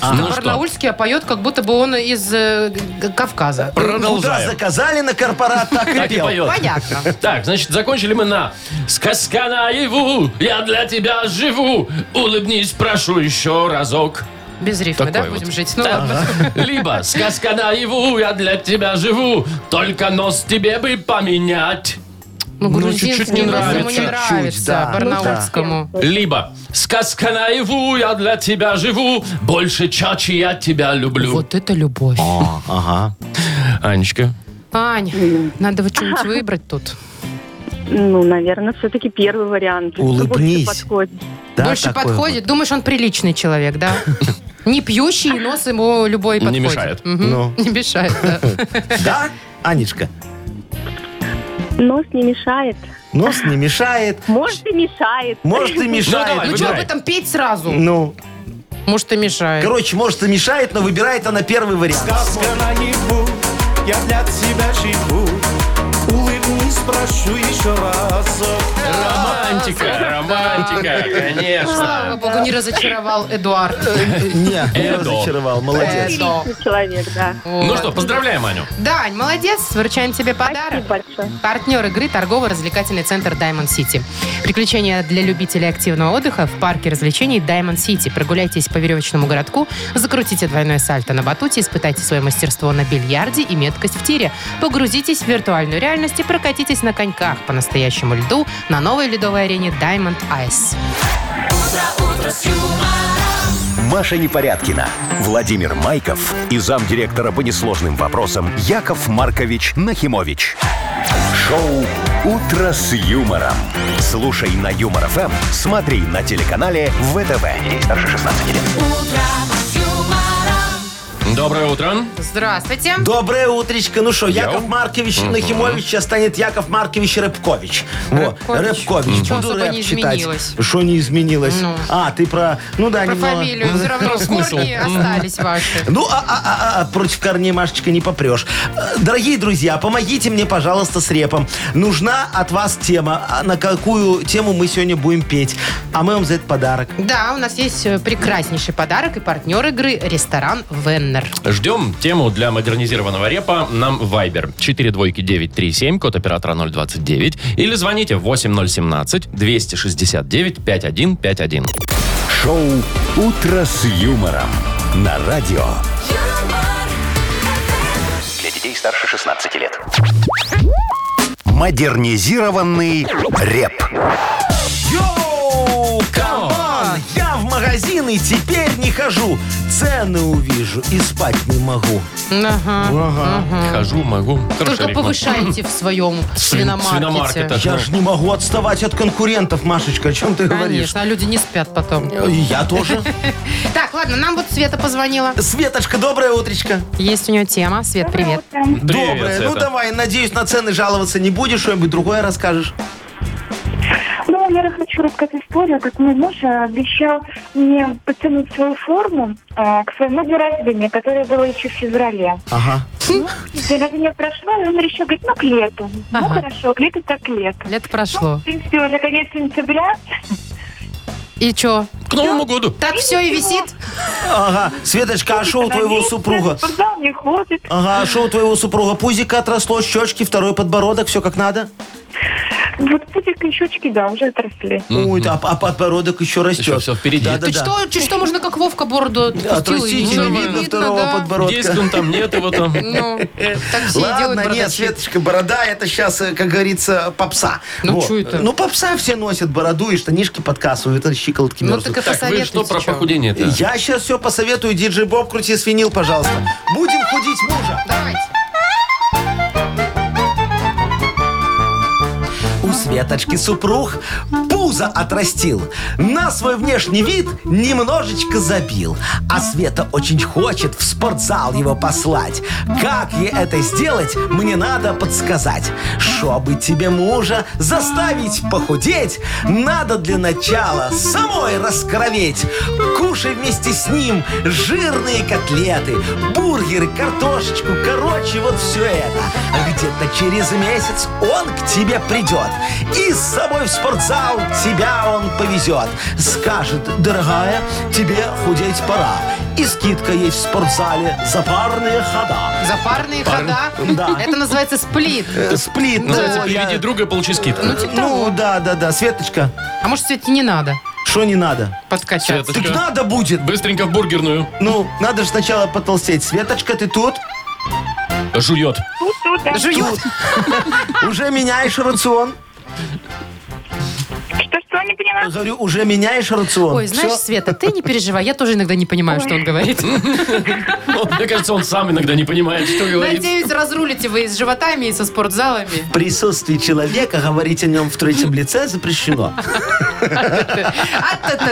Speaker 3: Да,
Speaker 2: Ну что,
Speaker 3: Барнаульский, а поет, как будто бы он из э, Г- Кавказа.
Speaker 4: Куда
Speaker 2: продолжаем.
Speaker 4: заказали на корпорат, так и
Speaker 2: Так и
Speaker 4: пел.
Speaker 2: поет.
Speaker 3: Понятно.
Speaker 2: Так, значит, закончили мы на «Сказка наяву, я для тебя живу, улыбнись, прошу еще разок».
Speaker 3: Без рифмы, да,
Speaker 2: Такой вот.
Speaker 3: будем жить? Ну,
Speaker 2: Да.
Speaker 3: ладно.
Speaker 2: Либо «Сказка наяву, я для тебя живу, только нос тебе бы поменять».
Speaker 3: Ну,
Speaker 2: Ну,
Speaker 3: грузинский
Speaker 2: чуть-чуть не
Speaker 3: нос ему не
Speaker 2: нравится.
Speaker 4: Чуть,
Speaker 3: нравится,
Speaker 4: да.
Speaker 3: барнаульскому.
Speaker 2: Либо «Сказка наяву, я для тебя живу, больше чачи я тебя люблю».
Speaker 3: Вот это любовь.
Speaker 4: О, Ага.
Speaker 2: Анечка.
Speaker 3: Ань, надо вот что-нибудь выбрать тут.
Speaker 7: Ну, наверное, все-таки первый вариант.
Speaker 4: Улыбнись.
Speaker 7: Больше подходит.
Speaker 4: Да,
Speaker 3: Больше
Speaker 4: такой
Speaker 3: подходит. Думаешь, он приличный человек, да? Не пьющий, и нос ему любой
Speaker 2: Не
Speaker 3: подходит.
Speaker 2: мешает.
Speaker 3: Мгм.
Speaker 4: Ну.
Speaker 3: Не мешает, да.
Speaker 4: вот. Да, Анечка?
Speaker 7: Нос не мешает.
Speaker 4: Нос не мешает.
Speaker 7: Может и мешает.
Speaker 4: Может и
Speaker 2: давай.
Speaker 4: мешает.
Speaker 3: Ну, что
Speaker 2: выбирай.
Speaker 3: об этом петь сразу?
Speaker 4: Ну,
Speaker 3: Может, и мешает.
Speaker 4: короче, может и мешает, но выбирает она первый вариант.
Speaker 8: Сказка наяву, я для тебя живу. Улыбнись, прошу еще разок.
Speaker 2: Романтика, романтика, конечно.
Speaker 3: Слава богу, не разочаровал Эдуард.
Speaker 4: Э, Не, не
Speaker 2: Эдо.
Speaker 4: разочаровал, молодец.
Speaker 3: Эдо.
Speaker 7: Приличный человек, да.
Speaker 2: Ну что, поздравляем Аню.
Speaker 3: Дань, молодец, вручаем тебе подарок.
Speaker 7: Спасибо большое.
Speaker 3: Партнер игры торгово-развлекательный центр Diamond City. Приключения для любителей активного отдыха в парке развлечений Diamond City. Прогуляйтесь по веревочному городку, закрутите двойное сальто на батуте, испытайте свое мастерство на бильярде и меткость в тире. Погрузитесь в виртуальную реальность и прокатитесь на коньках по настоящему льду на новой ледовой арене Diamond Ice.
Speaker 1: Маша Непорядкина, Владимир Майков и замдиректора по несложным вопросам Яков Маркович Нахимович. Шоу «Утро с юмором». Слушай на Юмор ФМ, смотри на телеканале ВТВ. Ей старше 16 лет.
Speaker 2: Доброе утро.
Speaker 3: Здравствуйте.
Speaker 4: Доброе утречко. Ну что, Яков Маркович Нахимович сейчас станет Яков Маркович Рыбкович. Во,
Speaker 3: Рыбкович.
Speaker 4: Рыбкович.
Speaker 3: Ничего
Speaker 4: Буду
Speaker 3: особо
Speaker 4: рэп
Speaker 3: не
Speaker 4: читать.
Speaker 3: изменилось.
Speaker 4: Что не изменилось?
Speaker 3: Ну.
Speaker 4: А, ты про... Ну да,
Speaker 3: Про
Speaker 4: немного.
Speaker 3: фамилию все равно
Speaker 2: смысл.
Speaker 3: корни остались ваши.
Speaker 4: Ну, а, а, а, а, против корней, Машечка, не попрешь. Э, Дорогие друзья, помогите мне, пожалуйста, с репом. Нужна от вас тема. А На какую тему мы сегодня будем петь? А мы вам за это подарок.
Speaker 3: Да, у нас есть э, прекраснейший подарок и партнер игры ресторан Веннер.
Speaker 2: Ждем тему для модернизированного репа нам в Viber 42937, код оператора 029, или звоните 8017-269-5151.
Speaker 1: Шоу «Утро с юмором» на радио.
Speaker 5: Для детей старше 16 лет.
Speaker 1: Модернизированный реп.
Speaker 4: Йоу, камон! Я в магазин и теперь не хожу. Цены увижу и спать не могу.
Speaker 2: Хожу, могу. Хорошая
Speaker 3: Только
Speaker 2: реклама.
Speaker 3: повышайте в своем
Speaker 2: Свин-
Speaker 3: свиномаркете.
Speaker 2: свиномаркета.
Speaker 4: Я же не могу отставать от конкурентов, Машечка. О чем ты говоришь?
Speaker 3: Конечно, а люди не спят потом.
Speaker 4: И я тоже.
Speaker 3: Так, ладно, нам вот Света позвонила.
Speaker 4: Светочка, доброе утречко.
Speaker 3: Есть у нее тема. Свет, привет.
Speaker 2: Привет,
Speaker 4: доброе.
Speaker 2: Света.
Speaker 4: Ну давай, надеюсь, на цены жаловаться не будешь, что-нибудь другое расскажешь.
Speaker 7: Ну, наверное, хочу рассказать историю, как мой муж э, обещал мне подтянуть свою форму э, к своему дню рождения, которое было еще в феврале.
Speaker 4: Ага.
Speaker 7: День рождения прошло, и он решил, говорит, ну, к лету. Ну,
Speaker 3: Ага.
Speaker 7: хорошо, к лету так к лету.
Speaker 3: Лето
Speaker 7: Ну,
Speaker 3: прошло.
Speaker 7: в принципе, уже конец сентября.
Speaker 3: И чё?
Speaker 2: К Новому году.
Speaker 3: Так все и висит?
Speaker 4: Ага, Светочка, а шоу твоего супруга?
Speaker 7: Куда мне хватит?
Speaker 4: Ага, а шо у твоего супруга? Пузика отросло, щечки, второй подбородок, все как надо?
Speaker 7: Вот путик и щечки, да, уже отросли.
Speaker 4: Ой, а, а подбородок еще растет.
Speaker 2: Еще Ну. всё впереди.
Speaker 4: Да, да,
Speaker 3: Ты
Speaker 4: да.
Speaker 3: что, чуть что можно как Вовка бороду отпустил? и
Speaker 4: Отрастите,
Speaker 3: ничего
Speaker 4: не видно второго
Speaker 3: Ну да.
Speaker 4: подбородка.
Speaker 2: Есть он там, нет его там.
Speaker 3: Ну, так все и делают
Speaker 4: Ладно, нет,
Speaker 3: бородачи.
Speaker 4: Светочка, борода это сейчас, как говорится, попса.
Speaker 3: Ну,
Speaker 4: Вот.
Speaker 3: чё это?
Speaker 4: Ну, попса все носят бороду и штанишки подкасывают, это щиколотки
Speaker 3: Ну,
Speaker 4: мерзнут.
Speaker 3: так и
Speaker 2: Так, вы
Speaker 3: посоветуйте,
Speaker 2: что про
Speaker 3: чё.
Speaker 2: похудение-то?
Speaker 4: Я сейчас все посоветую, диджей Боб, крути свинил, пожалуйста. Будем худить мужа.
Speaker 3: Давайте.
Speaker 4: У Светочки супруг пузо отрастил. На свой внешний вид немножечко забил. А Света очень хочет в спортзал его послать. Как ей это сделать, мне надо подсказать. Чтобы тебе мужа заставить похудеть, надо для начала самой раскроветь. Кушай вместе с ним жирные котлеты, бургеры, картошечку, короче, вот все это. А Где-то через месяц он к тебе придет. И с собой в спортзал тебя он повезет. Скажет, дорогая, тебе худеть пора. И скидка есть в спортзале за парные хода.
Speaker 3: За парные хода.
Speaker 4: Да.
Speaker 3: Это называется сплит.
Speaker 4: Э, Сплит.
Speaker 2: Называется
Speaker 4: ну,
Speaker 2: «Приведи
Speaker 4: я-
Speaker 2: друга и получи скидку».
Speaker 4: Ну, да, да, да. Светочка,
Speaker 3: А может, все-таки не надо
Speaker 4: что не надо?
Speaker 3: подкачаться?
Speaker 2: Света.
Speaker 4: Так
Speaker 2: Точка.
Speaker 4: надо будет.
Speaker 2: Быстренько в бургерную.
Speaker 4: Ну, надо же сначала потолстеть. Светочка, ты тут?
Speaker 2: Жует.
Speaker 7: Тут, тут, Ну, да.
Speaker 3: Жует.
Speaker 4: Уже меняешь рацион?
Speaker 7: Что, что, не понимаю?
Speaker 4: Говорю, уже меняешь рацион.
Speaker 3: Ой, знаешь,
Speaker 4: Всё?
Speaker 3: Света, ты не переживай, я тоже иногда не понимаю, что он говорит.
Speaker 2: Ну, Мне кажется, он сам иногда не понимает, что говорит.
Speaker 3: Надеюсь, разрулите вы и с животами, и со спортзалами.
Speaker 4: В присутствии человека говорить о нем в третьем лице запрещено.
Speaker 3: А-та-та,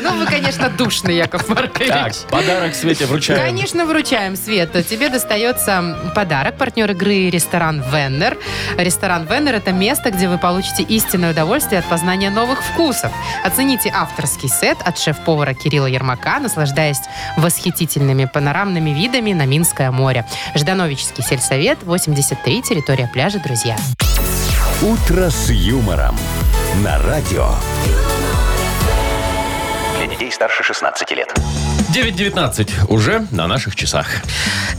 Speaker 3: ну вы, конечно, душный, Яков Маркович.
Speaker 2: Так, подарок Свете вручаем.
Speaker 3: Конечно, вручаем, Света. Тебе достается подарок. Партнер игры «Ресторан Веннер». «Ресторан Веннер» — это место, где вы получите истинное удовольствие от познания новых вкусов. Оцените авторский сет от шеф-повара Кирилла Ермака, наслаждаясь восхитительными панорамными видами на Минское море. Ждановический сельсовет, 83, территория пляжа, друзья.
Speaker 1: «Утро с юмором» на радио.
Speaker 5: Для детей старше 16 лет.
Speaker 2: 9.19 уже на наших часах.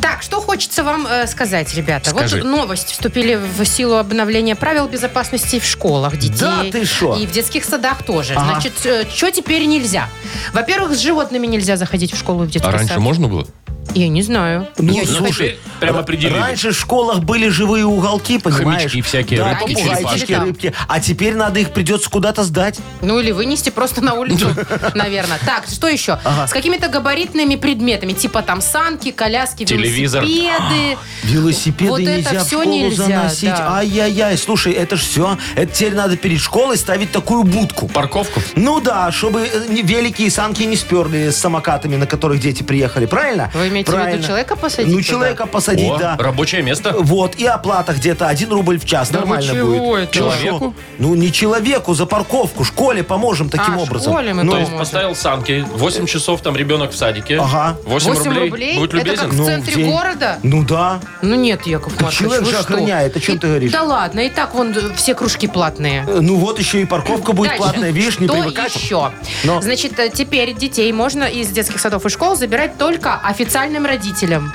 Speaker 3: Так, что хочется вам э, сказать, ребята?
Speaker 2: Скажи.
Speaker 3: Вот новость. Вступили в силу обновления правил безопасности в школах детей.
Speaker 4: Да ты шо?
Speaker 3: И в детских садах тоже.
Speaker 4: Ага.
Speaker 3: Значит, что теперь нельзя? Во-первых, с животными нельзя заходить в школу и в детский
Speaker 2: А раньше
Speaker 3: сад.
Speaker 2: можно было?
Speaker 3: Я не знаю.
Speaker 4: Ну,
Speaker 3: Я не
Speaker 2: слушай, прям определили.
Speaker 4: Раньше в школах были живые уголки, понимаешь?
Speaker 2: Хомячки всякие,
Speaker 4: да,
Speaker 2: рыбки,
Speaker 4: попугайчики,
Speaker 3: черепашки.
Speaker 4: рыбки. А теперь надо их придется куда-то сдать.
Speaker 3: Ну или вынести просто на улицу, наверное. Так, что еще?
Speaker 4: Ага.
Speaker 3: С какими-то габаритными предметами, типа там санки, коляски,
Speaker 2: Телевизор.
Speaker 3: велосипеды.
Speaker 4: Велосипеды
Speaker 3: Вот это
Speaker 4: нельзя в
Speaker 3: всё
Speaker 4: школу
Speaker 3: нельзя,
Speaker 4: заносить.
Speaker 3: да.
Speaker 4: Ай-яй-яй, слушай, это ж все. Это теперь надо перед школой ставить такую будку.
Speaker 2: Парковку?
Speaker 4: Ну да, чтобы э, не- велики и санки не сперли с самокатами, на которых дети приехали, правильно?
Speaker 3: Вы имеете в виду
Speaker 4: Правильно.
Speaker 3: человека посадить
Speaker 4: Ну,
Speaker 3: туда?
Speaker 4: человека посадить,
Speaker 2: О,
Speaker 4: да.
Speaker 2: рабочее место.
Speaker 4: Вот, и оплата где-то 1 рубль в час.
Speaker 3: Да вы
Speaker 4: Нормально
Speaker 3: чего
Speaker 4: будет.
Speaker 3: это?
Speaker 4: Ну,
Speaker 2: Человеку?
Speaker 4: шо? Ну, не человеку, за парковку. Школе поможем таким
Speaker 3: А,
Speaker 4: образом.
Speaker 3: школе мы
Speaker 4: ну,
Speaker 2: То есть
Speaker 3: Поможем.
Speaker 2: поставил санки, 8 часов там ребенок в садике.
Speaker 4: Ага.
Speaker 2: 8,
Speaker 3: 8
Speaker 2: рублей.
Speaker 3: рублей?
Speaker 2: Будь
Speaker 3: Это как
Speaker 2: любезен.
Speaker 3: в
Speaker 4: Ну,
Speaker 3: центре
Speaker 4: в день.
Speaker 3: города?
Speaker 4: ну да.
Speaker 3: Ну нет, Яков Маркович,
Speaker 4: человек
Speaker 3: вы
Speaker 4: же
Speaker 3: что?
Speaker 4: охраняет, о чем
Speaker 3: И-
Speaker 4: ты говоришь?
Speaker 3: Да ладно, и так вон э, все кружки платные.
Speaker 4: Э, Ну вот еще и парковка будет
Speaker 3: Дальше.
Speaker 4: платная, видишь, не
Speaker 3: Что
Speaker 4: привыкать.
Speaker 3: еще?
Speaker 4: Но.
Speaker 3: Значит, э, теперь детей можно из детских садов и школ забирать только официальным родителям.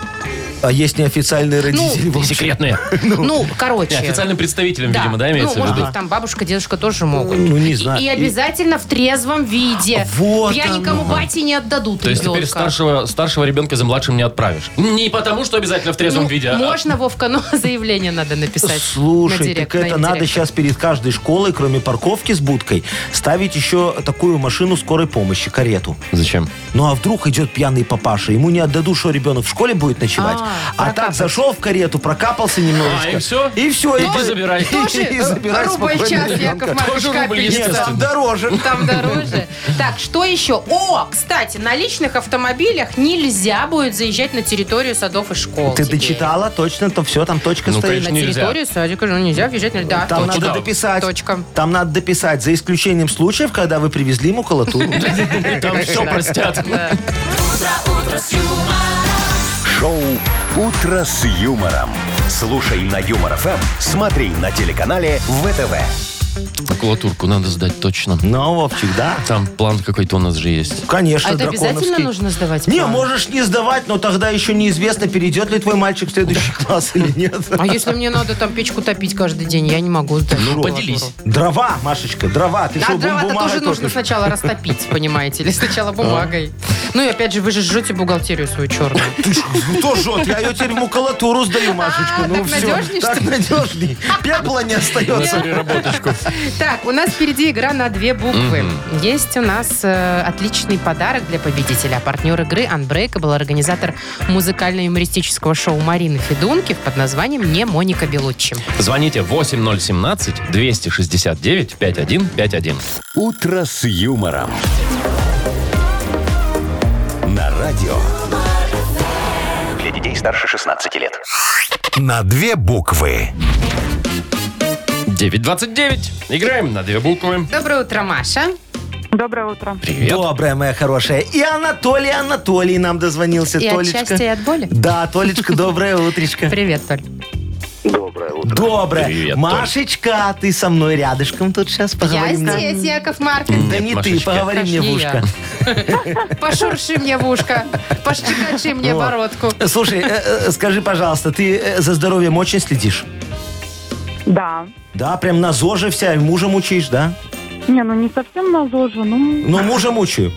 Speaker 4: А есть неофициальные родители.
Speaker 2: И
Speaker 4: вообще?
Speaker 2: Секретные.
Speaker 3: Ну, короче.
Speaker 2: Не, официальным представителям, видимо, да,
Speaker 3: ну,
Speaker 2: имеется в
Speaker 3: может
Speaker 2: виду?
Speaker 3: быть, там бабушка, дедушка тоже могут.
Speaker 4: Ну, не
Speaker 3: И-
Speaker 4: знаю.
Speaker 3: И,
Speaker 4: И-
Speaker 3: обязательно в трезвом виде.
Speaker 4: Вот
Speaker 3: Я
Speaker 4: оно.
Speaker 3: никому бате не отдадут
Speaker 2: То есть
Speaker 3: ребенка.
Speaker 2: теперь старшего, старшего ребенка за младшим не отправишь. Не потому, что обязательно в трезвом
Speaker 3: Ну,
Speaker 2: виде. а-
Speaker 3: Можно, Вовка, но заявление надо написать. на
Speaker 4: Слушай,
Speaker 3: директ,
Speaker 4: так это
Speaker 3: на
Speaker 4: надо
Speaker 3: интеллект.
Speaker 4: сейчас перед каждой школой, кроме парковки с будкой, ставить еще такую машину скорой помощи, карету.
Speaker 2: Зачем?
Speaker 4: Ну а вдруг идет пьяный папаша, ему не отдаду, что ребенок в школе будет ночевать.
Speaker 3: А,
Speaker 4: А, так
Speaker 3: прокапать.
Speaker 4: зашел в карету, прокапался немножечко.
Speaker 2: А, и всё?
Speaker 4: И все.
Speaker 2: Иди забирай.
Speaker 3: Тоже э,
Speaker 4: И забирай
Speaker 3: рубль
Speaker 4: спокойно
Speaker 3: час,
Speaker 4: ребенка.
Speaker 3: Яков Маркович,
Speaker 2: Тоже рубль,
Speaker 3: капельница.
Speaker 4: Нет,
Speaker 2: естественно.
Speaker 4: там дороже.
Speaker 3: Там дороже. Так, что еще? О, кстати, на личных автомобилях нельзя будет заезжать на территорию садов и школ.
Speaker 4: Ты
Speaker 3: теперь.
Speaker 4: дочитала? Точно, то все, там точка
Speaker 2: Ну,
Speaker 4: стоит.
Speaker 2: конечно,
Speaker 3: На
Speaker 2: Нельзя.
Speaker 3: территорию садика ну, нельзя въезжать. на- Да,
Speaker 4: Там
Speaker 3: точно.
Speaker 4: надо дописать.
Speaker 3: Точка.
Speaker 4: Там надо дописать, за исключением случаев, когда вы привезли макулатуру.
Speaker 2: И там все простят.
Speaker 3: Да.
Speaker 1: Шоу «Утро с юмором». Слушай на Юмор ФМ, смотри на телеканале ВТВ.
Speaker 2: Макулатурку надо сдать точно.
Speaker 4: Ну, Вовчик, да?
Speaker 2: Там план какой-то у нас же есть.
Speaker 4: Конечно,
Speaker 3: А это обязательно
Speaker 4: драконовский.
Speaker 3: нужно сдавать?
Speaker 4: Не,
Speaker 3: план?
Speaker 4: можешь не сдавать, но тогда еще неизвестно, перейдет ли твой мальчик в следующий класс или нет.
Speaker 3: А если мне надо там печку топить каждый день, я не могу. сдать
Speaker 2: Ну,
Speaker 3: макулатуру.
Speaker 2: поделись.
Speaker 4: Дрова, Машечка, дрова. Ты
Speaker 3: Да,
Speaker 4: что,
Speaker 3: дрова-то
Speaker 4: бумагой
Speaker 3: тоже нужно
Speaker 4: топишь?
Speaker 3: сначала растопить, понимаете, или сначала бумагой. Ну и опять же, вы же жжете бухгалтерию свою черную.
Speaker 4: Ты Ну, ж- Кто жжет? Я ее теперь в макулатуру сдаю, Машечка.
Speaker 3: А,
Speaker 4: Ну
Speaker 3: так
Speaker 4: все,
Speaker 3: надежней,
Speaker 4: так
Speaker 3: что ли?
Speaker 4: надежней. Пепла не остается.
Speaker 2: Переработочку.
Speaker 3: Так, у нас впереди игра на две буквы. Есть у нас э, отличный подарок для победителя. Партнер игры Unbreakable, организатор музыкально-юмористического шоу Марины Федунки под названием «Не Моника Белуччи».
Speaker 2: Звоните 8017-269-5151.
Speaker 1: «Утро с юмором». На радио.
Speaker 5: Для детей старше 16 лет.
Speaker 1: На две буквы.
Speaker 2: 929. Играем на две буквы.
Speaker 3: Доброе утро, Маша.
Speaker 7: Доброе утро.
Speaker 2: Привет.
Speaker 4: Добрая моя хорошая. И Анатолий Анатолий нам дозвонился.
Speaker 3: И от
Speaker 4: Толечка.
Speaker 3: счастья, и от боли.
Speaker 4: Да, Толечка, доброе утречко.
Speaker 3: Привет, Толь.
Speaker 6: Доброе утро.
Speaker 4: Доброе.
Speaker 2: Привет, Толь.
Speaker 4: Машечка, а ты со мной рядышком тут сейчас
Speaker 3: Я
Speaker 4: поговорим. нам.
Speaker 3: здесь, Яков Маркин.
Speaker 4: Да не ты,
Speaker 2: Машечка.
Speaker 4: поговори мне в
Speaker 3: Точнее,
Speaker 4: ушко.
Speaker 3: я. Пошурши мне в ушко, пощекочи мне
Speaker 4: Вот.
Speaker 3: бородку.
Speaker 4: Слушай, э, э, скажи, пожалуйста, ты э, за здоровьем очень следишь?
Speaker 7: Да.
Speaker 4: Да, прям на ЗОЖе вся, и мужа мучаешь, да?
Speaker 7: Не, ну не совсем на ЗОЖе, ну
Speaker 4: Ну, мужа мучаю.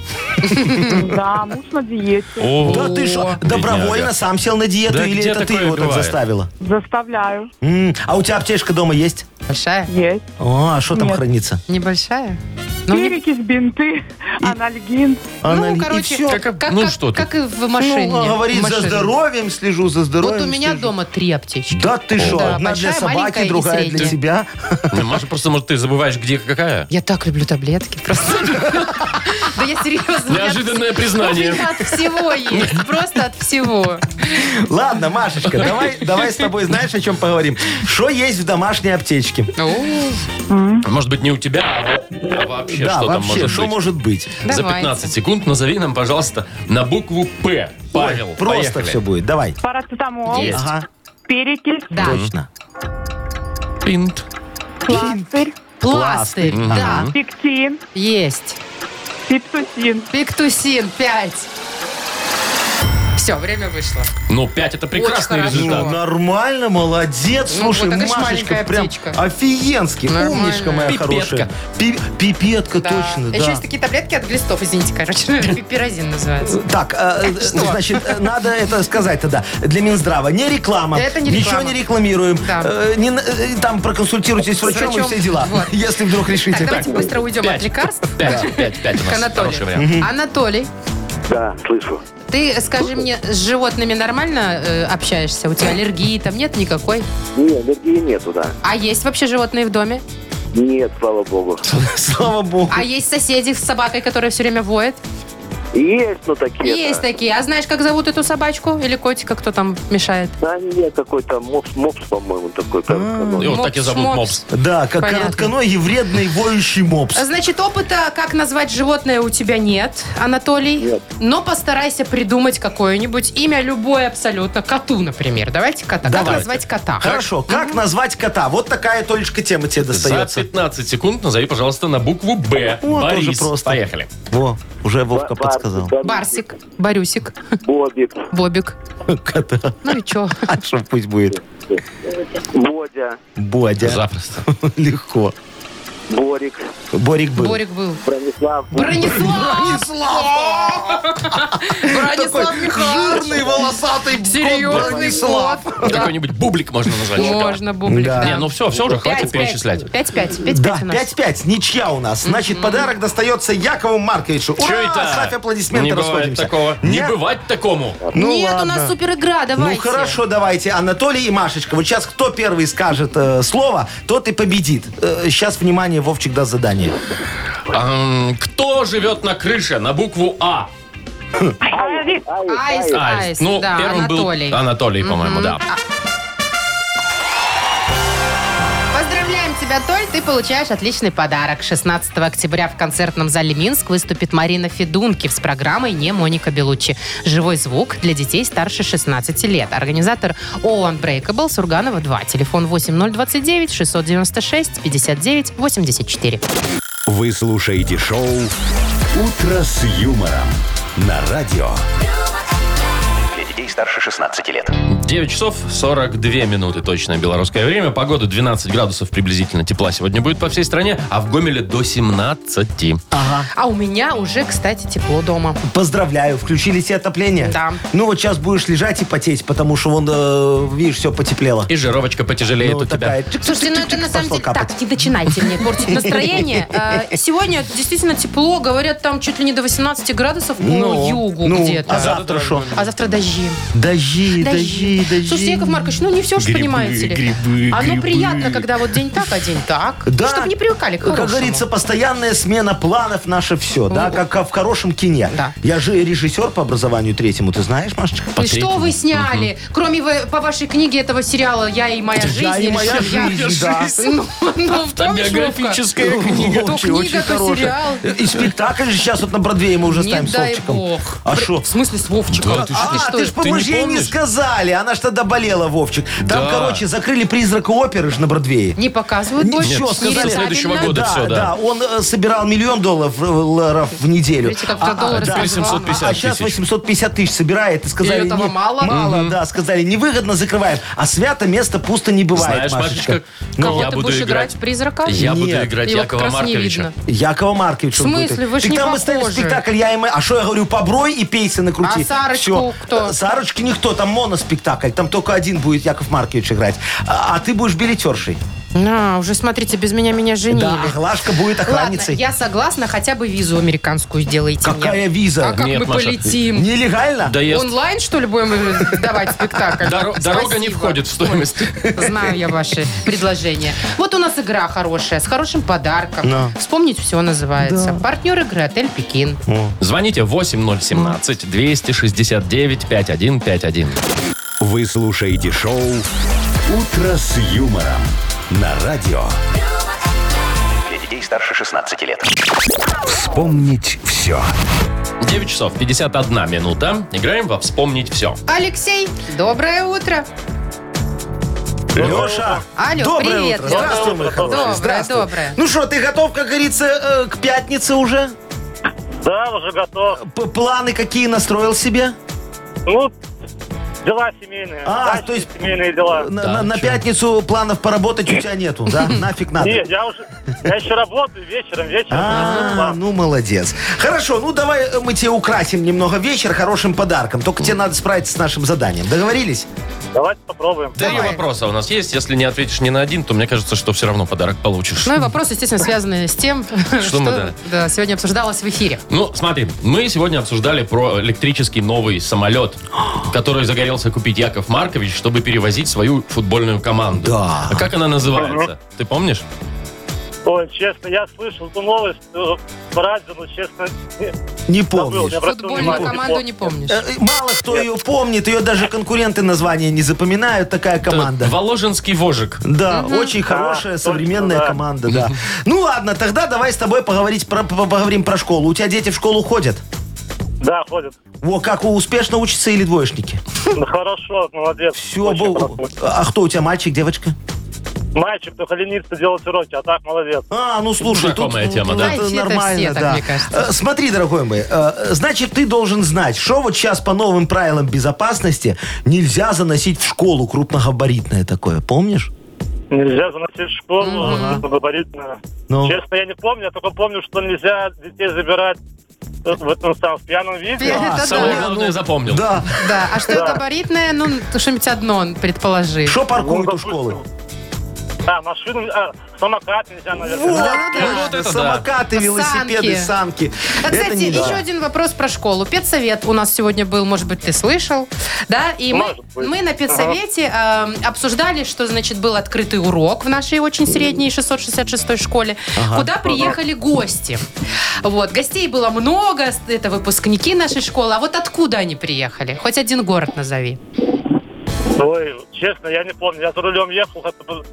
Speaker 7: да, муж на диете.
Speaker 2: О,
Speaker 4: Да ты что, добровольно
Speaker 2: бедняга.
Speaker 4: сам сел на диету
Speaker 2: Да
Speaker 4: или
Speaker 2: где
Speaker 4: это ты
Speaker 2: такое
Speaker 4: его так
Speaker 2: бывает?
Speaker 4: заставила?
Speaker 7: Заставляю.
Speaker 4: М, А у тебя аптечка дома есть?
Speaker 3: Большая?
Speaker 7: Есть.
Speaker 4: О, а что там
Speaker 7: Нет.
Speaker 4: хранится?
Speaker 3: Небольшая? Ну, не-
Speaker 7: Перекись, бинты, анальгин.
Speaker 4: Она-
Speaker 3: ну,
Speaker 4: и
Speaker 3: короче,
Speaker 4: всё.
Speaker 3: как, как-
Speaker 2: ну,
Speaker 3: как-
Speaker 2: что ты?
Speaker 3: как и в машине.
Speaker 4: Ну, говорит,
Speaker 3: в
Speaker 4: за
Speaker 3: машине.
Speaker 4: здоровьем слежу, за здоровьем
Speaker 3: Вот у меня
Speaker 4: слежу.
Speaker 3: дома три аптечки.
Speaker 4: Да ты что,
Speaker 3: Да,
Speaker 4: одна
Speaker 3: большая,
Speaker 4: для
Speaker 3: маленькая
Speaker 4: собаки,
Speaker 3: и
Speaker 4: другая для
Speaker 3: средняя.
Speaker 4: себя.
Speaker 2: Ну, Маша, просто, может, ты забываешь, где какая?
Speaker 3: Я так люблю таблетки, просто. Да Ну, я серьезно. у меня
Speaker 2: Неожиданное
Speaker 3: от вс-
Speaker 2: признание.
Speaker 3: у меня От всего есть, просто от всего.
Speaker 4: Ладно, Машечка, давай, давай с тобой знаешь, о чем поговорим. Что есть в домашней аптечке?
Speaker 3: Ну,
Speaker 2: Может быть, не у тебя, а вот- а вообще,
Speaker 4: да,
Speaker 2: что там
Speaker 4: вообще,
Speaker 2: может
Speaker 4: что
Speaker 2: быть?
Speaker 4: может быть?
Speaker 2: За
Speaker 3: Давайте.
Speaker 2: 15 секунд назови нам, пожалуйста, на букву «П». Павел,
Speaker 4: Ой, просто
Speaker 2: поехали.
Speaker 4: все будет. Давай.
Speaker 7: Парацетамол,
Speaker 2: Есть.
Speaker 4: Ага,
Speaker 7: перекись,
Speaker 3: Да.
Speaker 4: точно.
Speaker 2: Пинт.
Speaker 7: пластырь,
Speaker 3: Пластырь, да,
Speaker 7: пектин,
Speaker 3: есть.
Speaker 7: пептусин.
Speaker 3: Пиктусин, 5. Все, время вышло.
Speaker 2: Ну, 5 это прекрасный
Speaker 3: Очень хорошо.
Speaker 2: результат.
Speaker 4: Ну, Нормально, молодец.
Speaker 3: Ну,
Speaker 4: Слушай,
Speaker 3: вот это ж маленькая
Speaker 4: Машечка, прям
Speaker 3: аптечка.
Speaker 4: офигенски.
Speaker 3: Нормально.
Speaker 4: Умничка моя
Speaker 2: Пипетка.
Speaker 4: хорошая. Пи- Пипетка, точно,
Speaker 3: Еще
Speaker 4: да.
Speaker 3: есть такие таблетки от глистов, извините, короче. Пирозин называется.
Speaker 4: Так, э, э,
Speaker 3: Что?
Speaker 4: значит, э, надо это сказать тогда. Для Минздрава. Не реклама.
Speaker 3: Это не
Speaker 4: Ничего
Speaker 3: реклама.
Speaker 4: не рекламируем.
Speaker 3: Да.
Speaker 4: Э, не на- э, там проконсультируйтесь с врачом,
Speaker 3: врачом.
Speaker 4: и все дела.
Speaker 3: Вот.
Speaker 4: Если вдруг решите.
Speaker 3: Так, давайте
Speaker 4: Так.
Speaker 3: быстро уйдем от лекарств.
Speaker 2: 5, 5, 5 у
Speaker 3: К
Speaker 2: нас хороший вариант.
Speaker 3: Анатолию. Анатолий,
Speaker 9: Да, слышу.
Speaker 3: ты скажи мне, с животными нормально э, общаешься? У тебя аллергии там нет никакой?
Speaker 9: Не, аллергии нету, да.
Speaker 3: А есть вообще животные в доме?
Speaker 9: Нет, слава богу.
Speaker 4: Слава богу.
Speaker 3: А есть соседи с собакой, которая все время воет?
Speaker 9: Есть, но такие.
Speaker 3: Есть
Speaker 9: да.
Speaker 3: такие. А знаешь, как зовут эту собачку или котика, кто там мешает?
Speaker 9: Да, нет, какой-то мопс, мопс, по-моему, такой.
Speaker 2: И
Speaker 9: коротконогий.
Speaker 2: Ну, вот так и
Speaker 3: Мопс,
Speaker 2: зовут
Speaker 3: мопс.
Speaker 2: мопс.
Speaker 4: Да, как
Speaker 3: А. Понятно.
Speaker 4: коротконогий, вредный, воющий мопс.
Speaker 3: Значит, опыта, как назвать животное, у тебя нет, Анатолий.
Speaker 9: Нет.
Speaker 3: Но постарайся придумать какое-нибудь имя, любое абсолютно. Коту, например. Давайте кота. Как
Speaker 4: Давайте.
Speaker 3: назвать кота?
Speaker 4: Хорошо, как назвать кота? Вот такая, Толечка, тема тебе
Speaker 2: За
Speaker 4: достается.
Speaker 2: 15 секунд назови, пожалуйста, на букву «Б».
Speaker 4: О, тоже
Speaker 2: Борис.
Speaker 4: просто.
Speaker 2: Поехали.
Speaker 4: Во, уже Вовка
Speaker 9: Ба- Барсик,
Speaker 4: подсказал.
Speaker 9: Барсик,
Speaker 3: Барсик, Борюсик,
Speaker 9: Бобик,
Speaker 3: Бобик.
Speaker 4: Кота.
Speaker 3: Ну и чё?
Speaker 4: А что пусть будет?
Speaker 9: Бодя,
Speaker 4: Бодя.
Speaker 2: Запросто.
Speaker 4: Легко.
Speaker 9: Борик,
Speaker 4: Борик был.
Speaker 3: Борик был.
Speaker 9: Бронислав.
Speaker 3: Бронислав! Бронислав
Speaker 4: Такой
Speaker 3: Михайлович!
Speaker 4: жирный, волосатый кот
Speaker 3: Серьезный
Speaker 4: Бронислав.
Speaker 3: кот.
Speaker 2: Какой-нибудь бублик можно назвать.
Speaker 3: Можно, Бублик,
Speaker 4: Да.
Speaker 3: да.
Speaker 2: Не, ну все, все уже, хватит
Speaker 3: пять.
Speaker 2: перечислять.
Speaker 3: 5-5.
Speaker 4: Да,
Speaker 3: 5-5 у нас.
Speaker 4: 5-5, ничья у нас. Значит, подарок достается Якову Марковичу. Ура!
Speaker 2: Чё это?
Speaker 4: Ставь аплодисменты,
Speaker 2: Не бывает
Speaker 4: расходимся.
Speaker 2: такого. Не
Speaker 4: Нет?
Speaker 2: бывать такому.
Speaker 4: Ну
Speaker 3: Нет, у
Speaker 4: ладно.
Speaker 3: нас супер игра,
Speaker 4: Ну
Speaker 3: давайте.
Speaker 4: хорошо, давайте. Анатолий и Машечка. Вот сейчас кто первый скажет э, слово, тот и победит. сейчас, внимание, Вовчик даст задание.
Speaker 2: Ам, Кто живет на крыше на букву «А»?
Speaker 7: Авик,
Speaker 3: Айс, айс.
Speaker 2: Ну,
Speaker 3: да,
Speaker 2: первым
Speaker 3: Анатолий.
Speaker 2: был Анатолий, по-моему, да.
Speaker 3: Поздравляем тебя, тебя, Толь, ты получаешь отличный подарок. 16 октября в концертном зале Минск выступит Марина Федункив с программой «Не Моника Белуччи». Живой звук для детей старше 16 лет. Организатор ООН Breakable Сурганова 2. Телефон 8029 696 59 84.
Speaker 1: Вы слушаете шоу «Утро с юмором» на радио.
Speaker 5: Для детей старше 16 лет.
Speaker 2: 9 часов 42 минуты точное белорусское время. Погода 12 градусов приблизительно тепла сегодня будет по всей стране, а в Гомеле до 17.
Speaker 3: А у меня уже, кстати, тепло дома.
Speaker 4: Поздравляю, включили тебе отопление?
Speaker 3: Да.
Speaker 4: Ну вот сейчас будешь лежать и потеть, потому что вон, э, видишь, все потеплело.
Speaker 2: И жировочка потяжелеет
Speaker 4: Ну,
Speaker 2: у тебя.
Speaker 4: такая чик-чик-чик-чик
Speaker 3: Слушайте, ну это на самом
Speaker 4: пошло
Speaker 3: деле...
Speaker 4: типа капать.
Speaker 3: Так, не начинайте мне портить настроение. Э, Сегодня действительно тепло. Говорят, там чуть ли не до 18 градусов по
Speaker 4: Ну,
Speaker 3: югу
Speaker 4: ну,
Speaker 3: где-то.
Speaker 4: А завтра что?
Speaker 3: А завтра дожди.
Speaker 4: Дожди, дожди,
Speaker 3: Дожди.
Speaker 4: дожди.
Speaker 3: Слушайте, Яков Маркович, ну не все же,
Speaker 2: Грибы,
Speaker 3: понимаете ли.
Speaker 2: грибы,
Speaker 3: Оно
Speaker 2: грибы.
Speaker 3: приятно, когда вот день так, а день так.
Speaker 4: Да. Ну,
Speaker 3: Чтобы не привыкали к
Speaker 4: Как
Speaker 3: хорошему.
Speaker 4: говорится, постоянная смена планов наше все, да, как в хорошем кине.
Speaker 3: Да.
Speaker 4: Я же режиссер по образованию третьему, ты знаешь, Машечка?
Speaker 3: И что вы сняли? Кроме вы- по вашей книге этого сериала «Я и моя жизнь»
Speaker 4: и
Speaker 3: или
Speaker 4: моя
Speaker 3: что, я-
Speaker 4: жизнь, да.
Speaker 3: Ну, ну, помнишь,
Speaker 2: Автобиографическая
Speaker 3: Вовка?
Speaker 4: книга.
Speaker 3: То
Speaker 4: Очень, очень
Speaker 3: Ну, книга, а то
Speaker 4: хорошая.
Speaker 3: сериал.
Speaker 4: И спектакль же сейчас вот на Бродвее мы уже
Speaker 3: Не
Speaker 4: ставим с
Speaker 3: дай
Speaker 4: Вовчиком.
Speaker 3: бог.
Speaker 4: А
Speaker 3: Бр-
Speaker 4: что?
Speaker 3: В смысле с Вовчиком?
Speaker 2: Да ты
Speaker 4: А,
Speaker 3: что?
Speaker 4: ты ж по
Speaker 2: Ты не
Speaker 4: мужьей не,
Speaker 2: помнишь?
Speaker 4: сказали, она ж тогда болела, Вовчик. Там,
Speaker 2: Да.
Speaker 4: короче, закрыли призрака оперы же на Бродвее.
Speaker 3: Не показывают больше?
Speaker 4: Ничего,
Speaker 3: Не
Speaker 4: сказали,
Speaker 3: рентабельно?
Speaker 2: следующего года.
Speaker 4: да,
Speaker 2: всё, да.
Speaker 4: да, он э, собирал миллион долларов, э, ларов в неделю. А,
Speaker 3: Видите, как за доллары
Speaker 4: да.
Speaker 2: теперь
Speaker 3: сказала.
Speaker 2: 750.
Speaker 4: А сейчас
Speaker 2: А, тысяч.
Speaker 4: 850 тысяч собирает. И сказали,
Speaker 3: И этого
Speaker 4: не-
Speaker 3: мало?
Speaker 4: Мало, да. Сказали, невыгодно, закрываем. А свято место пусто не бывает,
Speaker 2: Знаешь,
Speaker 4: Машечка.
Speaker 2: Машечка,
Speaker 3: Кого
Speaker 2: Ну, я
Speaker 3: ты
Speaker 2: буду
Speaker 3: будешь играть?
Speaker 2: играть.
Speaker 3: в Призрака?
Speaker 2: Я буду
Speaker 4: Нет.
Speaker 2: играть
Speaker 3: Его
Speaker 2: Якова
Speaker 3: как раз не
Speaker 2: Марковича.
Speaker 3: видно.
Speaker 4: Якова
Speaker 3: В
Speaker 4: Марковича.
Speaker 3: смысле?
Speaker 4: будет.
Speaker 3: Вы ж
Speaker 4: так
Speaker 3: не
Speaker 4: там мы ставим
Speaker 3: похожи.
Speaker 4: спектакль «Я и мы». А что я говорю, поброй и пейсы накрути.
Speaker 3: А Сарочку
Speaker 4: Всё.
Speaker 3: кто?
Speaker 4: Э, Сарочки никто, там моноспектакль. Там только один будет Яков Маркович играть. А, а ты будешь билетершей.
Speaker 3: На, уже смотрите, без меня меня женили.
Speaker 4: Да, а Глашка будет
Speaker 3: Ладно,
Speaker 4: охранницей.
Speaker 3: я согласна, хотя бы визу американскую сделайте мне.
Speaker 4: Какая
Speaker 3: А
Speaker 4: виза?
Speaker 3: как
Speaker 2: Нет,
Speaker 3: мы
Speaker 2: Маша.
Speaker 3: полетим?
Speaker 4: Нелегально?
Speaker 2: Доезд.
Speaker 3: Онлайн, что ли, будем сдавать спектакль?
Speaker 2: Доро- Дорога не
Speaker 3: Спасибо.
Speaker 2: входит в стоимость.
Speaker 3: Знаю я ваши предложения. Вот у нас игра хорошая, с хорошим подарком. Вспомнить все называется. Партнер игры «Отель Пекин».
Speaker 2: Звоните 8017-269-5151.
Speaker 1: Вы слушаете шоу «Утро с юмором» на радио.
Speaker 5: Для детей старше 16 лет.
Speaker 1: Вспомнить все.
Speaker 2: 9 часов 51 минута. Играем во «Вспомнить все».
Speaker 3: Алексей, доброе утро.
Speaker 4: Леша.
Speaker 3: Алло,
Speaker 4: доброе
Speaker 3: привет,
Speaker 4: утро.
Speaker 3: Лёша.
Speaker 4: Здравствуй, мой хороший.
Speaker 3: Доброе,
Speaker 4: Здравствуй.
Speaker 3: доброе.
Speaker 4: Ну что, ты готов, как говорится, э, к пятнице уже?
Speaker 10: Да, уже готов.
Speaker 4: П- Планы какие настроил себе?
Speaker 10: Ну, дела семейные.
Speaker 4: А,
Speaker 10: Дачи,
Speaker 4: то есть-
Speaker 10: Семейные дела.
Speaker 4: На,
Speaker 2: Да,
Speaker 4: на- на
Speaker 2: чё?
Speaker 4: пятницу планов поработать у тебя нету, да? Нафиг надо.
Speaker 10: Нет, я уже... Я еще работаю вечером, вечером.
Speaker 4: А, ну молодец. Хорошо, ну давай э, мы тебе украсим немного вечер хорошим подарком. Только тебе надо справиться с нашим заданием. Договорились?
Speaker 10: Давайте попробуем.
Speaker 2: Три вопроса у нас есть. Если не ответишь ни на один, то мне кажется, что все равно подарок получишь.
Speaker 3: Ну и вопрос, естественно, связанный с тем, что,
Speaker 2: мы, да.
Speaker 3: да, сегодня обсуждалось в эфире.
Speaker 2: Ну, смотри, мы сегодня обсуждали про электрический новый самолет, который загорелся купить Яков Маркович, чтобы перевозить свою футбольную команду.
Speaker 4: Да.
Speaker 2: А как она называется? Ты помнишь?
Speaker 10: Ой, честно, я слышал эту новость э, по радио, но, честно, не-
Speaker 4: Не
Speaker 10: забыл.
Speaker 4: помнишь.
Speaker 10: Я обратил
Speaker 3: Футбольную
Speaker 10: внимание.
Speaker 3: команду не помнишь.
Speaker 4: Э, э, Мало кто ее помнит, ее даже конкуренты названия не запоминают, такая команда.
Speaker 2: Воложенский вожик.
Speaker 4: Да, очень хорошая
Speaker 10: Да,
Speaker 4: современная
Speaker 10: точно, да.
Speaker 4: команда, да. Ну ладно, тогда давай с тобой поговорить про, по- поговорим про школу. У тебя дети в школу ходят?
Speaker 10: Да, ходит.
Speaker 4: Во, как успешно учатся или двоечники?
Speaker 10: Ну, хорошо, молодец.
Speaker 4: Все,
Speaker 10: Очень хорошо.
Speaker 4: а кто у тебя мальчик, девочка?
Speaker 10: Мальчик только ленится делать уроки, а так молодец.
Speaker 4: А, ну слушай,
Speaker 2: Знакомая
Speaker 4: тут,
Speaker 2: тема,
Speaker 4: тут
Speaker 2: да.
Speaker 4: это
Speaker 3: Знаете, это
Speaker 4: нормально,
Speaker 3: все так,
Speaker 4: да.
Speaker 3: мне кажется.
Speaker 4: Э, Смотри, дорогой мой, э, значит, ты должен знать, что вот сейчас по новым правилам безопасности нельзя заносить в школу крупногабаритное такое, помнишь?
Speaker 10: Нельзя заносить в школу, габаритно.
Speaker 4: Ну.
Speaker 10: Честно, я не помню, я только помню, что нельзя детей забирать э, в этом самом в пьяном виде.
Speaker 3: Это да. ну,
Speaker 2: Самое главное запомнил.
Speaker 4: Да.
Speaker 3: Да, а что габаритное? Ну, что-нибудь одно предположи.
Speaker 4: Что паркуют
Speaker 10: Ну,
Speaker 4: у школы?
Speaker 10: Да, машину, а, самокат нельзя, наверное.
Speaker 4: Вот,
Speaker 3: да.
Speaker 4: конечно,
Speaker 2: Вот это да.
Speaker 4: самокаты, велосипеды, санки.
Speaker 3: А,
Speaker 4: Это
Speaker 3: кстати,
Speaker 4: нельзя.
Speaker 3: еще один вопрос про школу. Педсовет у нас сегодня был, может быть, ты слышал, да? И мы,
Speaker 10: Может быть.
Speaker 3: мы на педсовете эм, обсуждали, что, значит, был открытый урок в нашей очень средней 666 школе, куда приехали гости. Вот, гостей было много, это выпускники нашей школы. А вот откуда они приехали? Хоть один город назови.
Speaker 10: Ой, честно, я не помню. Я за рулем ехал, как-то бы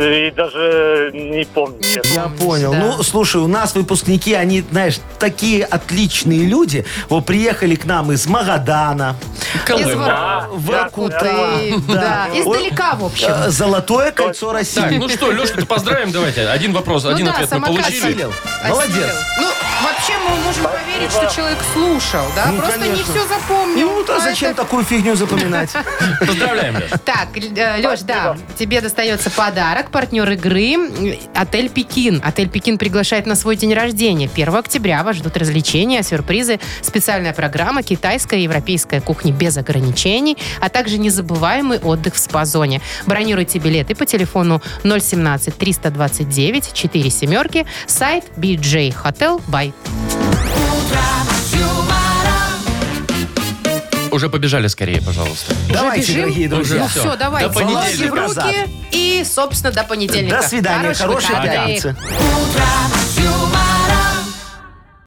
Speaker 10: И даже не помню. честно.
Speaker 4: Я понял.
Speaker 3: да.
Speaker 4: Ну, слушай, у нас выпускники, они, знаешь, такие отличные люди. Вот приехали к нам из Магадана,
Speaker 3: Из
Speaker 2: Колыма.
Speaker 3: Воркуты,
Speaker 4: Воркуты,
Speaker 3: да. Издалека, в общем.
Speaker 4: э, Золотое кольцо
Speaker 2: Так,
Speaker 4: России.
Speaker 2: ну что, Лешка, поздравим давайте. Один вопрос,
Speaker 3: Ну
Speaker 2: один
Speaker 3: да,
Speaker 2: ответ мы
Speaker 3: самокат
Speaker 2: получили.
Speaker 4: Осилил. Молодец.
Speaker 3: Осилил. Ну, вообще мы можем поверить, что человек слушал, да?
Speaker 4: Ну,
Speaker 3: Просто не
Speaker 4: конечно.
Speaker 3: все запомнил.
Speaker 4: Ну, то
Speaker 3: А
Speaker 4: зачем
Speaker 3: это-
Speaker 4: такую фигню запоминать?
Speaker 2: Поздравляем, Леш.
Speaker 3: Так, Леш, да, тебе достается подарок, партнер игры м, «Отель Пекин». «Отель Пекин» приглашает на свой день рождения. 1 октября вас ждут развлечения, сюрпризы, специальная программа «Китайская и европейская кухни без ограничений», а также незабываемый отдых в спа-зоне. Бронируйте билеты по телефону 017-329-4 семерки, сайт BJ Hotel by.
Speaker 2: Уже побежали скорее, пожалуйста.
Speaker 4: Давайте, дорогие
Speaker 2: Уже
Speaker 4: друзья.
Speaker 3: Ну
Speaker 2: всё.
Speaker 3: все, давайте.
Speaker 2: До
Speaker 3: Волоски
Speaker 2: понедельника.
Speaker 3: в руки и, собственно, до понедельника.
Speaker 4: До свидания.
Speaker 3: Хорошего
Speaker 4: Хорошей
Speaker 3: выходных.
Speaker 4: пятницы.
Speaker 11: Утро